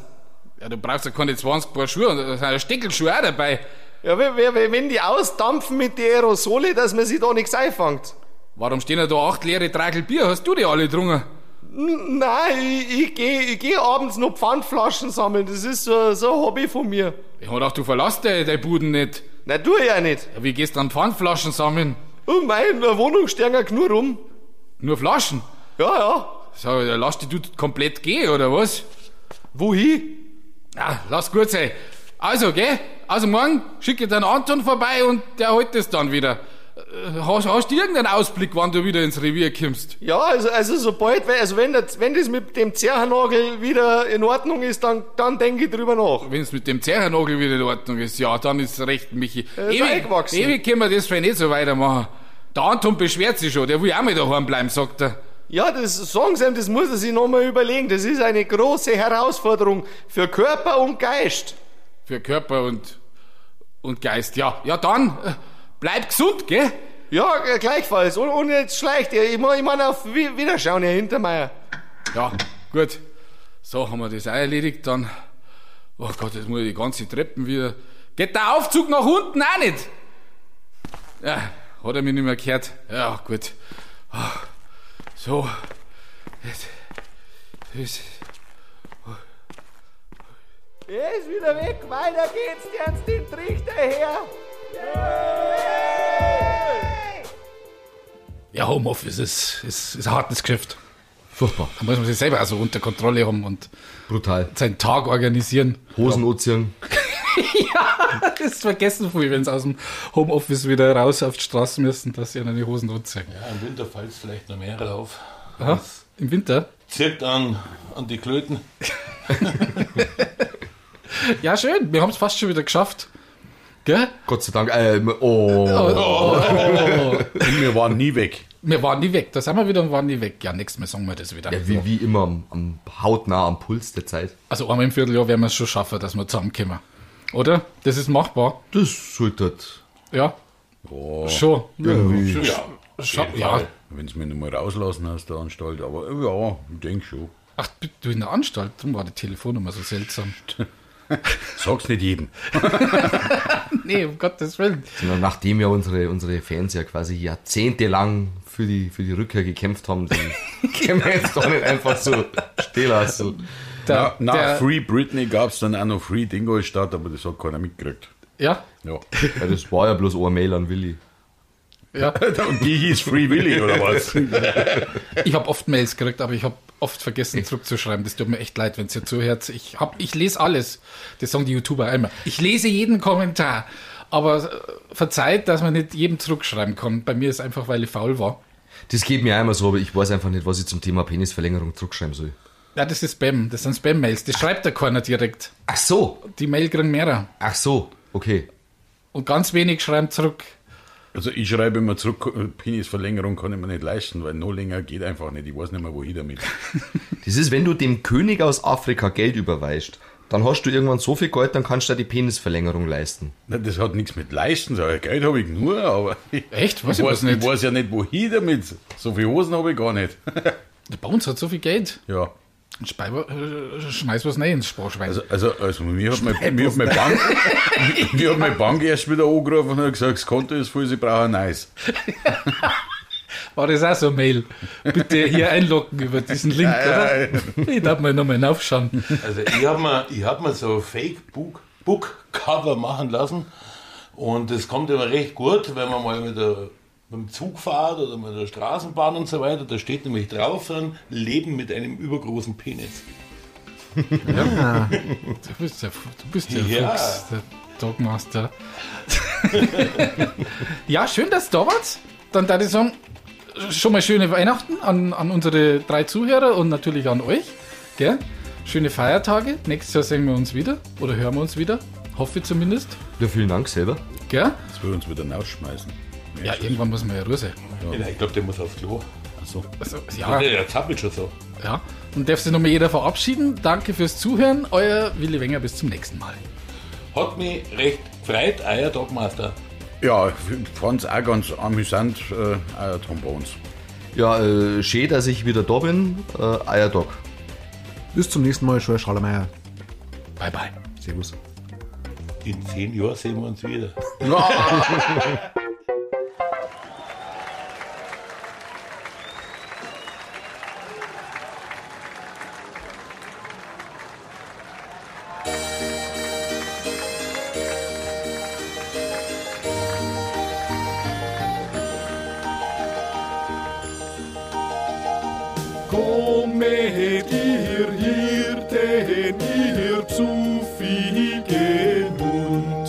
Speaker 1: Ja, du brauchst ja keine 20 Paar Schuhe, da sind ja Stickelschuhe auch dabei.
Speaker 28: Ja, wenn, wenn, wenn die ausdampfen mit den Aerosole, dass man sich da nichts einfängt.
Speaker 1: Warum stehen da da acht leere Tragel Bier? Hast du die alle getrunken?
Speaker 28: N- Nein, ich, ich gehe ich geh abends nur Pfandflaschen sammeln, das ist so, so ein Hobby von mir.
Speaker 1: Ich hab gedacht, du verlässt deine deine Buden nicht.
Speaker 28: Na, du ja nicht.
Speaker 1: Ja, wie gehst du dann Pfandflaschen sammeln?
Speaker 28: Und meine Wohnung stehen ja nur rum.
Speaker 1: Nur Flaschen?
Speaker 28: Ja, ja.
Speaker 1: Sag ich, ja, lass die du komplett gehen, oder was?
Speaker 28: Wohin?
Speaker 1: Na, lass gut sein. Also, gell? Also morgen schicke ich den Anton vorbei und der holt das dann wieder. Äh, Hast, hast du irgendeinen Ausblick, wann du wieder ins Revier kommst?
Speaker 28: Ja, also, also sobald, weil- also wenn, das, wenn das mit dem Zerhernagel wieder in Ordnung ist, dann, dann denke ich drüber nach.
Speaker 1: Wenn es mit dem Zerrernagel wieder in Ordnung ist, ja, dann ist recht, Michi.
Speaker 28: Er Äh, ist eingewachsen.
Speaker 1: ewig können wir das für nicht so weitermachen. Der Anton beschwert sich schon, der will auch mal daheim bleiben, sagt er.
Speaker 28: Ja, das sagen Sie ihm, das muss er sich nochmal überlegen. Das ist eine große Herausforderung für Körper und Geist.
Speaker 1: Für Körper und, und Geist, ja. Ja, dann, äh, bleib gesund, gell?
Speaker 28: Ja, äh, gleichfalls. Und, und jetzt schleicht er. Ich meine ich mein auf Wi- Wiederschauen, Herr Hintermeier.
Speaker 1: Ja, gut. So haben wir das auch erledigt, dann. Oh Gott, jetzt muss ich die ganze Treppen wieder. Geht der Aufzug nach unten auch nicht? Ja, hat er mich nicht mehr gehört. Ja, gut. Ah, So. Jetzt. Jetzt.
Speaker 28: Er ist wieder weg. Weiter geht's, Ernst, den Trichter her.
Speaker 1: Ja, Homeoffice ist, ist, ist ein hartes Geschäft. Furchtbar. Da muss man sich selber also unter Kontrolle haben und
Speaker 4: Brutal.
Speaker 1: seinen Tag organisieren.
Speaker 4: Hosenozean.
Speaker 1: ja, das vergessen viel, wenn sie aus dem Homeoffice wieder raus auf die Straße müssen, dass sie an die Hosen anziehen.
Speaker 2: Ja, im Winter fällt es vielleicht noch mehr drauf.
Speaker 1: Aha, Im Winter?
Speaker 2: Zirkt an, an die Klöten.
Speaker 1: Ja, schön. Wir haben es fast schon wieder geschafft. Gell?
Speaker 4: Gott sei Dank. Ähm, oh.
Speaker 1: Oh.
Speaker 4: Und wir waren nie weg.
Speaker 1: Wir waren nie weg. Da sind wir wieder und waren nie weg. Ja, nächstes Mal sagen wir das wieder.
Speaker 4: Ja, wie, wie immer am, am hautnah am Puls der Zeit.
Speaker 1: Also einmal im Vierteljahr werden wir es schon schaffen, dass wir zusammenkommen. Oder? Das ist machbar.
Speaker 4: Das sollte. halt
Speaker 1: Ja. Schon.
Speaker 12: Irgendwie.
Speaker 1: Ja. Scha- ja.
Speaker 12: Wenn es mir nicht mal rauslassen aus der Anstalt, aber äh, ja, ich denke schon.
Speaker 1: Ach, du in der Anstalt? Darum war die Telefonnummer so seltsam.
Speaker 12: Sag's nicht jedem.
Speaker 1: nee, um Gottes Willen.
Speaker 4: Sondern nachdem ja unsere, unsere Fans ja quasi jahrzehntelang für die, für die Rückkehr gekämpft haben, dann können wir jetzt doch nicht einfach so stehen lassen.
Speaker 1: Der-
Speaker 12: Na, nach
Speaker 1: der-
Speaker 12: Free Britney gab's dann auch noch Free Dingolstadt, aber das hat keiner mitgekriegt.
Speaker 1: Ja?
Speaker 12: Ja.
Speaker 4: ja das war ja bloß ein Mail an Willi.
Speaker 1: Ja.
Speaker 12: Und die hieß Free Willy, oder was?
Speaker 1: Ich habe oft Mails gekriegt, aber ich habe oft vergessen zurückzuschreiben. Das tut mir echt leid, wenn ihr zuhört. Ich, hab, ich lese alles. Das sagen die YouTuber immer. Ich lese jeden Kommentar. Aber äh, verzeiht, dass man nicht jedem zurückschreiben kann. Bei mir ist einfach, weil ich faul war.
Speaker 4: Das geht mir einmal so, aber ich weiß einfach nicht, was ich zum Thema Penisverlängerung zurückschreiben soll.
Speaker 1: Ja, das ist Spam. Das sind Spam-Mails. Das schreibt der keiner direkt.
Speaker 4: Ach so.
Speaker 1: Die Mail kriegen mehrere.
Speaker 4: Ach so, okay.
Speaker 1: Und ganz wenig schreiben zurück.
Speaker 12: Also ich schreibe immer zurück, äh, Penisverlängerung kann ich mir nicht leisten, weil no länger geht einfach nicht. Ich weiß nicht mehr, wohin damit.
Speaker 4: Das ist, wenn du dem König aus Afrika Geld überweist, dann hast du irgendwann so viel Geld, dann kannst du dir die Penisverlängerung leisten.
Speaker 12: Na, das hat nichts mit Leisten, so Geld habe ich nur, aber
Speaker 1: Echt?
Speaker 12: ich
Speaker 1: Weiß ich
Speaker 12: weiß,
Speaker 1: was nicht.
Speaker 12: ich weiß ja nicht, wohin damit. So viel Hosen habe ich gar nicht.
Speaker 1: Bei uns hat so viel Geld.
Speaker 12: Ja.
Speaker 1: Speiber, äh, schmeiß was rein ins Sparschwein.
Speaker 12: Also, also, also mir, hat mein, mir, hat meine Bank, mir hat meine Bank erst wieder angerufen und hat gesagt, das Konto ist voll, sie brauchen ein neues.
Speaker 1: War das auch so eine Mail? Bitte hier einloggen über diesen Link,
Speaker 2: Ja, ja,
Speaker 1: oder? Ich darf mal nochmal nachschauen.
Speaker 2: Also ich habe mir, ich hab mir so ein Fake-Book-Cover machen lassen und das kommt immer recht gut, wenn man mal mit, der, mit dem Zug fährt oder mit der Straßenbahn und so weiter. Da steht nämlich drauf dann, Leben mit einem übergroßen Penis.
Speaker 1: Ja. Du bist ja, du bist ja,
Speaker 2: Ja.
Speaker 1: Fuchs, der Dogmaster. ja, schön, dass du da warst. Dann darf ich sagen, schon mal schöne Weihnachten an, an unsere drei Zuhörer und natürlich an euch. Gell? Schöne Feiertage. Nächstes Jahr sehen wir uns wieder oder hören wir uns wieder. Hoffe ich zumindest.
Speaker 4: Ja, vielen Dank selber.
Speaker 1: Gell?
Speaker 12: Das will uns wieder rausschmeißen.
Speaker 1: Ja, Ah. irgendwann muss man ja Rüse.
Speaker 2: Ich glaube, der muss aufs Klo. Also,
Speaker 1: ja.
Speaker 2: Jetzt hab ich schon so.
Speaker 1: Ja. Und darf sich nochmal jeder verabschieden. Danke fürs Zuhören. Euer Willi Wenger. Bis zum nächsten Mal.
Speaker 2: Hat mich recht gefreut, Ah euer Dogmaster.
Speaker 12: Ja, ich fand's auch ganz amüsant, äh, auch Tom Bones.
Speaker 4: Ja, äh, schön, dass ich wieder da bin. Äh, Eierdog.
Speaker 11: Bis zum nächsten Mal, Scheuer Schallermeier.
Speaker 1: Bye, bye.
Speaker 11: Servus.
Speaker 2: In zehn Jahren sehen wir uns wieder.
Speaker 10: Kommet ihr Hirten, ihr pfuffigen Mund.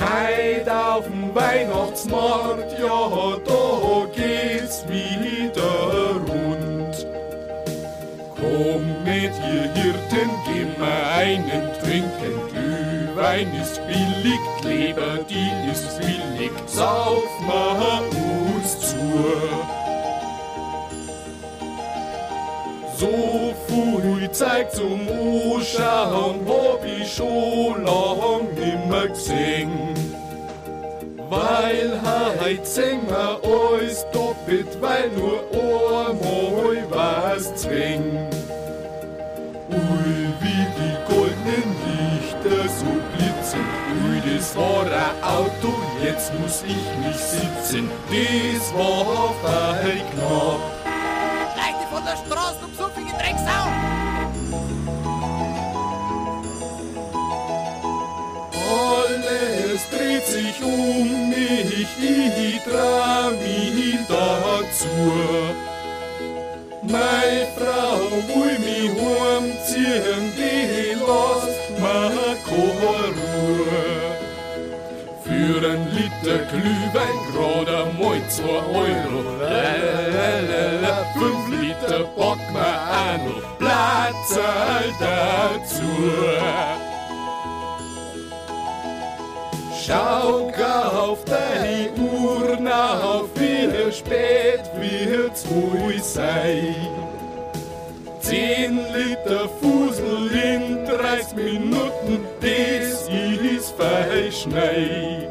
Speaker 10: Heid auf dem Weihnachtsmarkt, ja, da geht's wieder rund. Kommet ihr Hirten, gebt mir einen trinken, Glühwein ist billig, Kleber, die ist billig, sauf mal uns zur. So früh zeigt zum Anschauen, hab ich schon lang nimmer gesehen. Weil heute sehen wir alles doppelt, weil nur einmal was zwing. Ui, wie die goldenen Lichter so blitzen. Ui, das war ein Auto, jetzt muss ich mich sitzen. Das war fein knapp.
Speaker 15: Leichte von der Straße, um du psuffige Drecksau!
Speaker 10: Alles dreht sich um mich, ich trau mich dazu. Meine Frau will mich heimziehen, die lässt mir keine Ruhe. Für ein Liter Glühwein grad einmal 2 Euro. Lalalala, 5 Liter pack mir auch noch Platzerl dazu. Schau auf deine Uhr auf, wie spät wird's wohl sein. Zehn Liter Fusel in 30 Minuten, das ist Feischnei.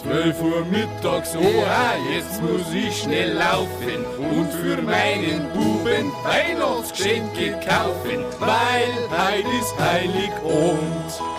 Speaker 10: 12 Uhr mittags, oha, jetzt muss ich schnell laufen und für meinen Buben Weihnachtsgeschenke kaufen, weil heil ist Heiligabend.